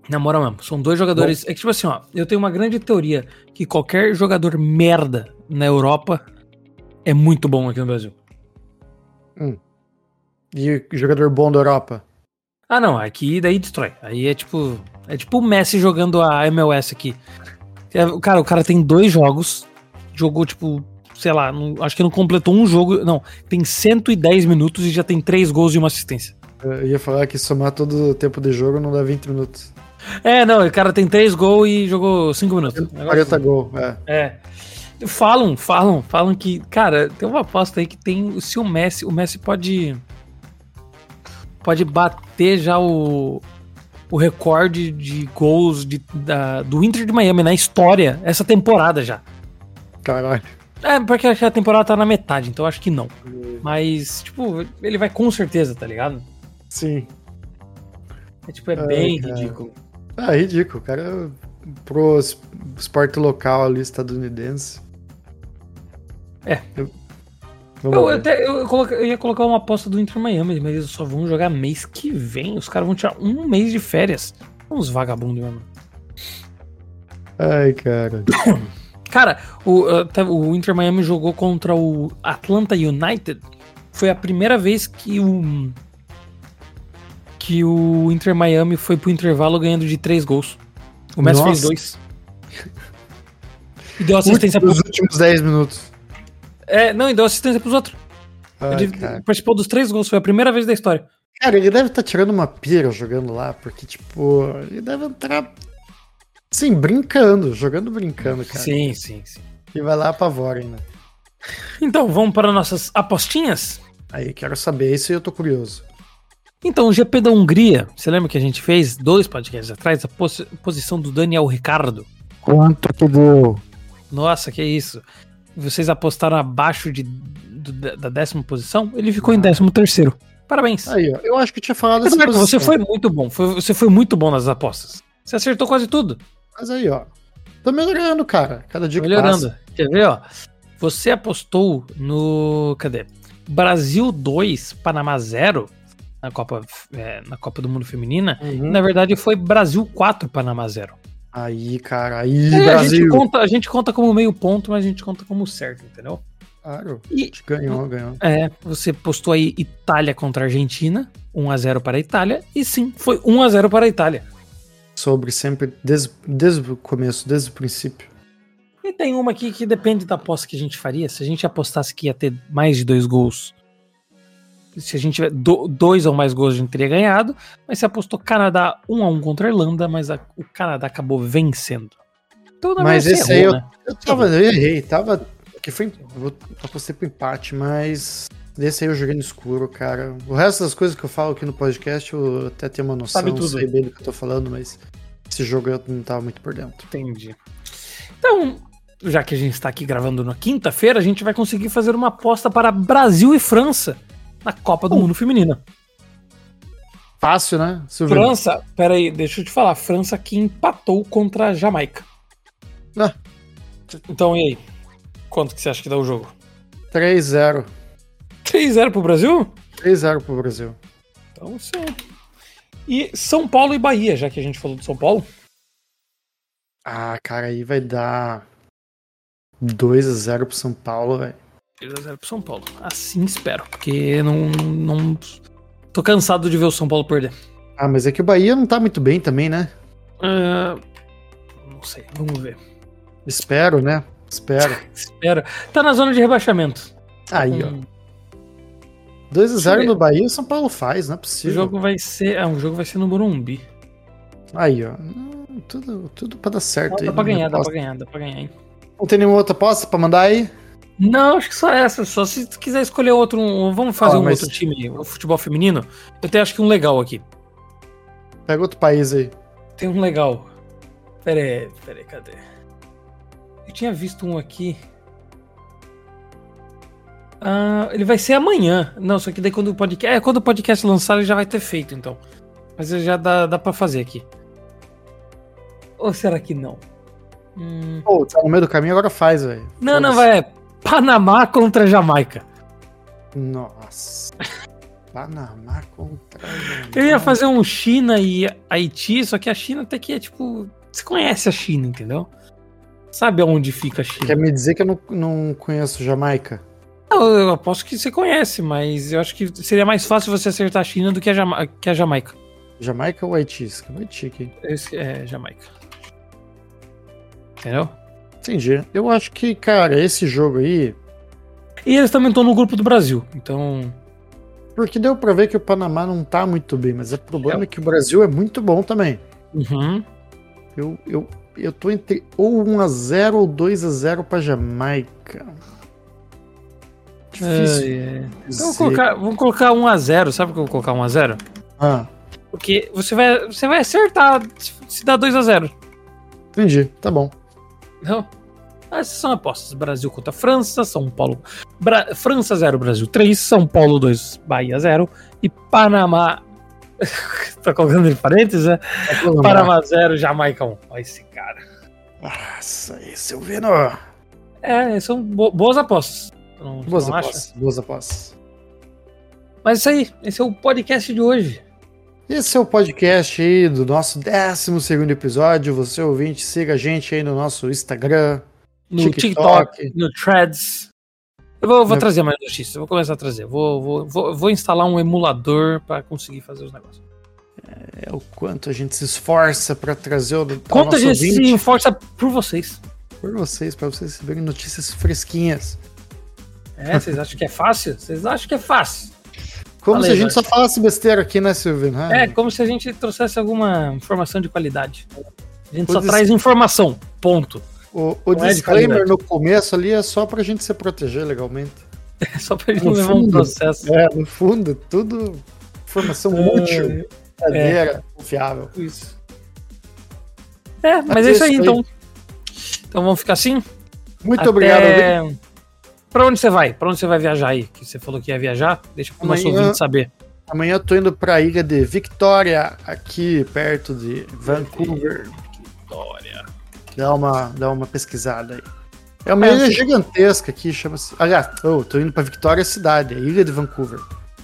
A: Na moral mesmo. São dois jogadores. É que, tipo assim, ó, eu tenho uma grande teoria que qualquer jogador merda na Europa é muito bom aqui no Brasil.
B: E o jogador bom da Europa?
A: Ah, não, aqui daí destrói. Aí é tipo. É tipo o Messi jogando a MLS aqui. É, o Cara, o cara tem dois jogos, jogou tipo, sei lá, não- acho que não completou um jogo. Não, tem 110 minutos e já tem três gols e uma assistência.
B: Eu ia falar que somar todo o tempo de jogo não dá 20 minutos.
A: É, não, o cara tem três gols e jogou cinco minutos. Negócio
B: 40 gol, é.
A: É. Falam, falam, falam que, cara, tem uma aposta aí que tem, se o Messi, o Messi pode pode bater já o o recorde de gols de, da- do Inter de Miami na história essa temporada já.
B: Caralho.
A: É, porque acho que a temporada tá na metade, então acho que não. Mas, tipo, ele vai com certeza, tá ligado?
B: Sim.
A: É, tipo, é
B: Ai,
A: bem
B: cara.
A: ridículo.
B: Ah, ridículo, cara. Pro es- esporte local ali estadunidense.
A: É.
B: Eu- Vamos
A: Eu,
B: ver.
A: eu até- eu coloca- eu ia colocar uma aposta do Inter Miami, mas eles só vão jogar mês que vem. Os caras vão tirar um mês de férias. Uns vagabundos mesmo.
B: Ai, cara.
A: Cara, o, eh, até o Inter Miami jogou contra o Atlanta United. Foi a primeira vez que o. Que o Inter Miami foi pro intervalo ganhando de três gols. O Messi
B: Nossa.
A: fez dois. E deu assistência pro.
B: Nos últimos 10 minutos.
A: É, não, e deu assistência pros outros.
B: Ai,
A: Ele
B: cara.
A: participou dos três gols, foi a primeira vez da história.
B: Cara, ele deve estar tirando uma pira jogando lá, porque, tipo, ele deve entrar. Sim, brincando, jogando brincando, cara.
A: Sim, sim, sim.
B: E vai lá né? apavora ainda.
A: Então, vamos para nossas apostinhas?
B: Aí, quero saber isso e eu tô curioso.
A: Então, o GP da Hungria, você lembra que a gente fez dois podcasts atrás a posi- posição do Daniel Ricardo?
B: Quanto que deu?
A: Nossa, que é isso. Vocês apostaram abaixo de, do- da- da décima posição? Ele ficou em décimo terceiro. Parabéns.
B: Aí, ó. Eu acho que eu tinha falado
A: Mas,
B: essa
A: Marco, você
B: posição.
A: foi muito bom. Foi- você foi muito bom nas apostas. Você acertou quase tudo.
B: Mas aí, ó. Tô melhorando, cara. Cada dia que
A: Melhorando.
B: passa.
A: Quer ver, ó? Você apostou no. Cadê? Brasil 2, Panamá 0 na Copa, é, na Copa do Mundo Feminina.
B: Hum?
A: Uhum. Na verdade, foi Brasil 4, Panamá 0.
B: Aí, cara, aí, é,
A: A
B: Brasil.
A: gente, conta, a gente conta como meio ponto, mas a gente conta como certo, entendeu?
B: Claro. E, ganhou, ganhou.
A: É, você postou aí Itália contra Argentina, 1x0 para a Itália, e sim, foi 1x0 para a Itália.
B: Sobre sempre, desde, desde o começo, desde o princípio.
A: E tem uma aqui que depende da aposta que a gente faria. Se a gente apostasse que ia ter mais de dois gols, se a gente tiver do, dois ou mais gols, a gente teria ganhado. Mas se apostou Canadá 1x1 contra a Irlanda, mas a, o Canadá acabou vencendo.
B: Então, mas esse errou, aí eu, né? eu, tava,
A: Tá
B: eu errei, tava que foi. Eu apostei pro empate, mas. Desse aí eu joguei no escuro, cara. O resto das coisas que eu falo aqui no podcast, eu até tenho uma noção, Sabe tudo. sei bem do que eu tô falando, mas esse jogo eu não tava muito por dentro.
A: Entendi. Então, já que a gente está aqui gravando na quinta-feira, a gente vai conseguir fazer uma aposta para Brasil e França na Copa do uh. Mundo Feminina.
B: Fácil, né?
A: Silvio? França, peraí, deixa eu te falar. França que empatou contra a Jamaica.
B: Ah.
A: Então, e aí? Quanto que você acha que dá o jogo?
B: 3-0.
A: 3-0 pro Brasil?
B: 3-0 pro Brasil.
A: Então sim. E São Paulo e Bahia, já que a gente falou de São Paulo.
B: Ah, cara, aí vai dar 2x0 pro São Paulo, velho.
A: 2x0 pro São Paulo. Assim espero, porque não, não. Tô cansado de ver o São Paulo perder.
B: Ah, mas é que o Bahia não tá muito bem também, né?
A: Uh, não sei, vamos ver.
B: Espero, né? Espero.
A: Espero. Tá na zona de rebaixamento.
B: Aí, hum. ó. 2x0 no Bahia, o São Paulo faz, não é possível.
A: O jogo vai ser. Ah, o jogo vai ser no Morumbi.
B: Aí, ó. Hum, Tudo, tudo pra dar certo. né?
A: Dá, aí, pra ganhar, dá pra ganhar, dá pra ganhar, hein?
B: Não tem nenhuma outra aposta pra mandar aí?
A: Não, acho que só essa. Só se quiser escolher outro. Um, vamos fazer ah, um outro time, o um futebol feminino. Eu até acho que um legal aqui.
B: Pega outro país aí.
A: Tem um legal. Pera aí, pera aí, cadê? Eu tinha visto um aqui. Ah, ele vai ser amanhã. Não, só que daí quando o podcast. É, quando o podcast lançar, ele já vai ter feito, então. Mas já dá, dá pra fazer aqui. Ou será que não?
B: Hum... Pô, tá no meio do caminho, agora faz, velho.
A: Não, não, vai. É Panamá contra Jamaica.
B: Nossa. Panamá contra. Jamaica.
A: Eu ia fazer um China e Haiti, só que a China até que é tipo. Você conhece a China, entendeu? Sabe aonde fica a China?
B: Quer me dizer que eu não, não conheço Jamaica?
A: Eu, eu aposto que você conhece, mas eu acho que seria mais fácil você acertar a China do que a, Jama que a Jamaica.
B: Jamaica ou Haiti? Isso é Haiti aqui.
A: É, Jamaica. Entendeu?
B: Entendi. Eu acho que, cara, esse jogo aí.
A: E eles também estão no grupo do Brasil, então.
B: Porque deu pra ver que o Panamá não tá muito bem, mas o problema é, é que o Brasil é muito bom também.
A: Uhum.
B: Eu, eu eu tô entre ou 1x0 ou 2x0 pra Jamaica.
A: Difícil. Ai, é. Então vou colocar, vamos colocar 1x0. Sabe por que eu vou colocar 1x0?
B: Ah.
A: Porque você vai, você vai acertar se dá 2x0.
B: Entendi, tá bom.
A: Não? Ah, Essas são apostas. Brasil contra França, São Paulo. Bra França 0, Brasil 3, São Paulo 2, Bahia 0 e Panamá tá colocando entre parênteses, né? É Panamá 0, Jamaica 1. Olha esse cara.
B: Nossa, esse eu vendo.
A: É, são bo boas apostas.
B: Não, boas apostas, acha? boas apostas.
A: Mas isso aí, esse é o podcast de hoje.
B: Esse é o podcast aí do nosso 12 episódio. Você ouvinte, siga a gente aí no nosso Instagram,
A: no TikTok, TikTok no Threads. Eu vou, vou, trazer mais notícias, eu vou começar a trazer. Vou, vou, vou, vou instalar um emulador para conseguir fazer os negócios.
B: É, é, o quanto a gente se esforça para trazer o.
A: Quanto a gente ouvinte. se esforça por vocês.
B: Por vocês, para vocês receberem notícias fresquinhas.
A: É, vocês acham que é fácil? Vocês acham que é fácil?
B: Como Falei, se a gente só falasse besteira aqui, né, Silvio? Ah,
A: é, como se a gente trouxesse alguma informação de qualidade. A gente só des... traz informação, ponto.
B: O, o disclaimer é no começo ali é só pra gente se proteger legalmente.
A: É só pra gente no levar fundo, um processo.
B: É, no fundo, tudo informação é, útil, verdadeira, é, confiável.
A: Isso. É, mas Até é isso aí, aí, então. Então vamos ficar assim?
B: Muito Até... obrigado.
A: Pra onde você vai? Pra onde você vai viajar aí? Que você falou que ia viajar? Deixa pro nosso ouvinte saber.
B: Amanhã eu tô indo pra ilha de Victoria, aqui perto de Vancouver.
A: Victoria
B: Dá uma, dá uma pesquisada aí. É uma ilha gigantesca aqui, chama-se. Aliás, eu tô indo pra Victoria Cidade, a ilha de Vancouver.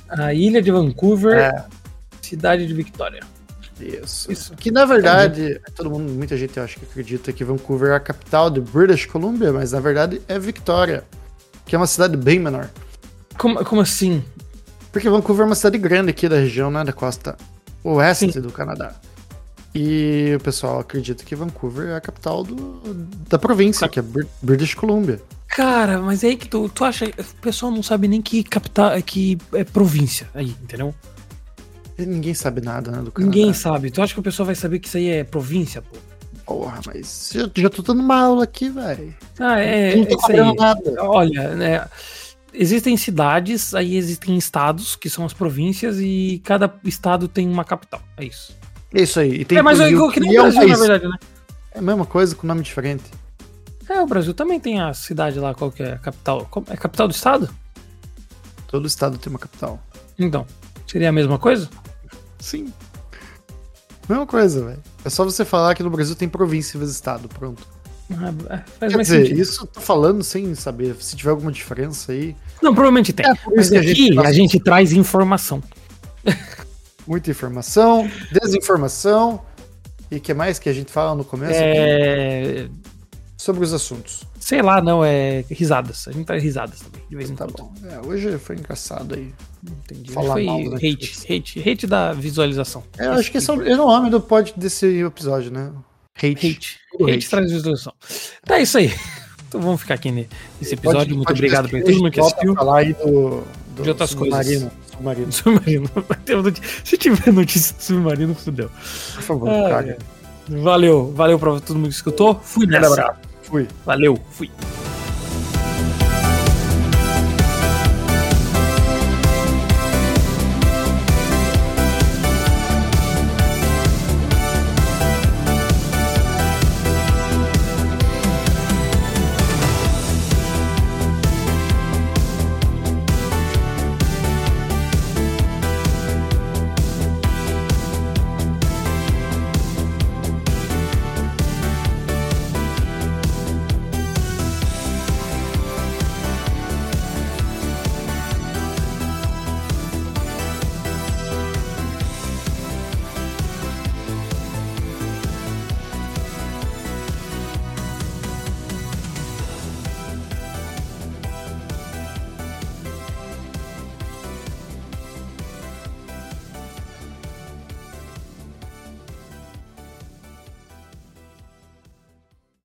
A: A ilha de Vancouver,
B: É,
A: cidade de Vitória.
B: isso.
A: Isso.
B: Que na verdade, todo mundo, muita gente eu acho que acredita que Vancouver é a capital de British Columbia, mas na verdade é Victoria, que é uma cidade bem menor.
A: Como, como assim?
B: Porque Vancouver é uma cidade grande aqui da região, né, da costa oeste do Canadá. E o pessoal acredita que Vancouver é a capital do, da província, que é Br- British Columbia.
A: Cara, mas é aí que tu, tu acha. O pessoal não sabe nem que capital. que é província aí, entendeu?
B: E ninguém sabe nada, né, do Canadá.
A: Ninguém sabe. Tu acha que o pessoal vai saber que isso aí é província, pô?
B: Porra, mas eu já tô dando uma aula aqui, velho.
A: Ah, é. é
B: não tô
A: isso aí.
B: cobrando nada.
A: Olha, né? Existem cidades, aí existem estados, que são as províncias, e cada estado tem uma capital. É isso.
B: É isso aí. E tem
A: é, mas
B: inclusive-
A: o que nem
B: e
A: o
B: é um
A: Brasil, na
B: país.
A: verdade, né?
B: É a mesma coisa com nome diferente.
A: É, o Brasil também tem a cidade lá, qual que é a capital? Como- É capital do estado?
B: Todo estado tem uma capital.
A: Então, seria a mesma coisa?
B: Sim. Mesma coisa, velho. É só você falar que no Brasil tem província em vez de estado, pronto.
A: Ah, é, faz
B: Quer
A: mais
B: dizer,
A: sentido.
B: isso eu tô falando sem saber. Se tiver alguma diferença aí,
A: Não, provavelmente tem.
B: É, por
A: mas
B: isso que a
A: aqui
B: gente faz
A: a gente traz informação.
B: muita informação, desinformação e o que mais que a gente fala no começo aqui
A: É,
B: sobre os assuntos.
A: sei lá, não, é risadas. A gente traz risadas também, de vez em
B: Tá
A: quando.
B: bom. É, hoje foi engraçado aí.
A: Entendi.
B: Falar
A: Foi
B: mal da Netflix.
A: hate, hate, hate da visualização.
B: É, eu acho
A: assim,
B: que esse é o é o nome do pod desse episódio, né? Hate.
A: Hate.
B: Tudo
A: Hate,
B: hate.
A: traz visualização. Tá, é isso aí. Então vamos ficar aqui ne- nesse episódio.
B: Pode-
A: Muito
B: pode
A: obrigado
B: pesquisar,
A: por todo mundo que
B: volta a
A: assistiu.
B: falar aí do, do
A: De outras coisas.
B: submarino, Submarino,
A: Submarino. Vai ter uma notícia- Se tiver notícia do submarino, fudeu.
B: por favor,
A: Ah,
B: cara.
A: Valeu, valeu pra todo mundo que escutou. Fui
B: Um grande
A: nessa.
B: abraço. Fui.
A: Valeu, fui.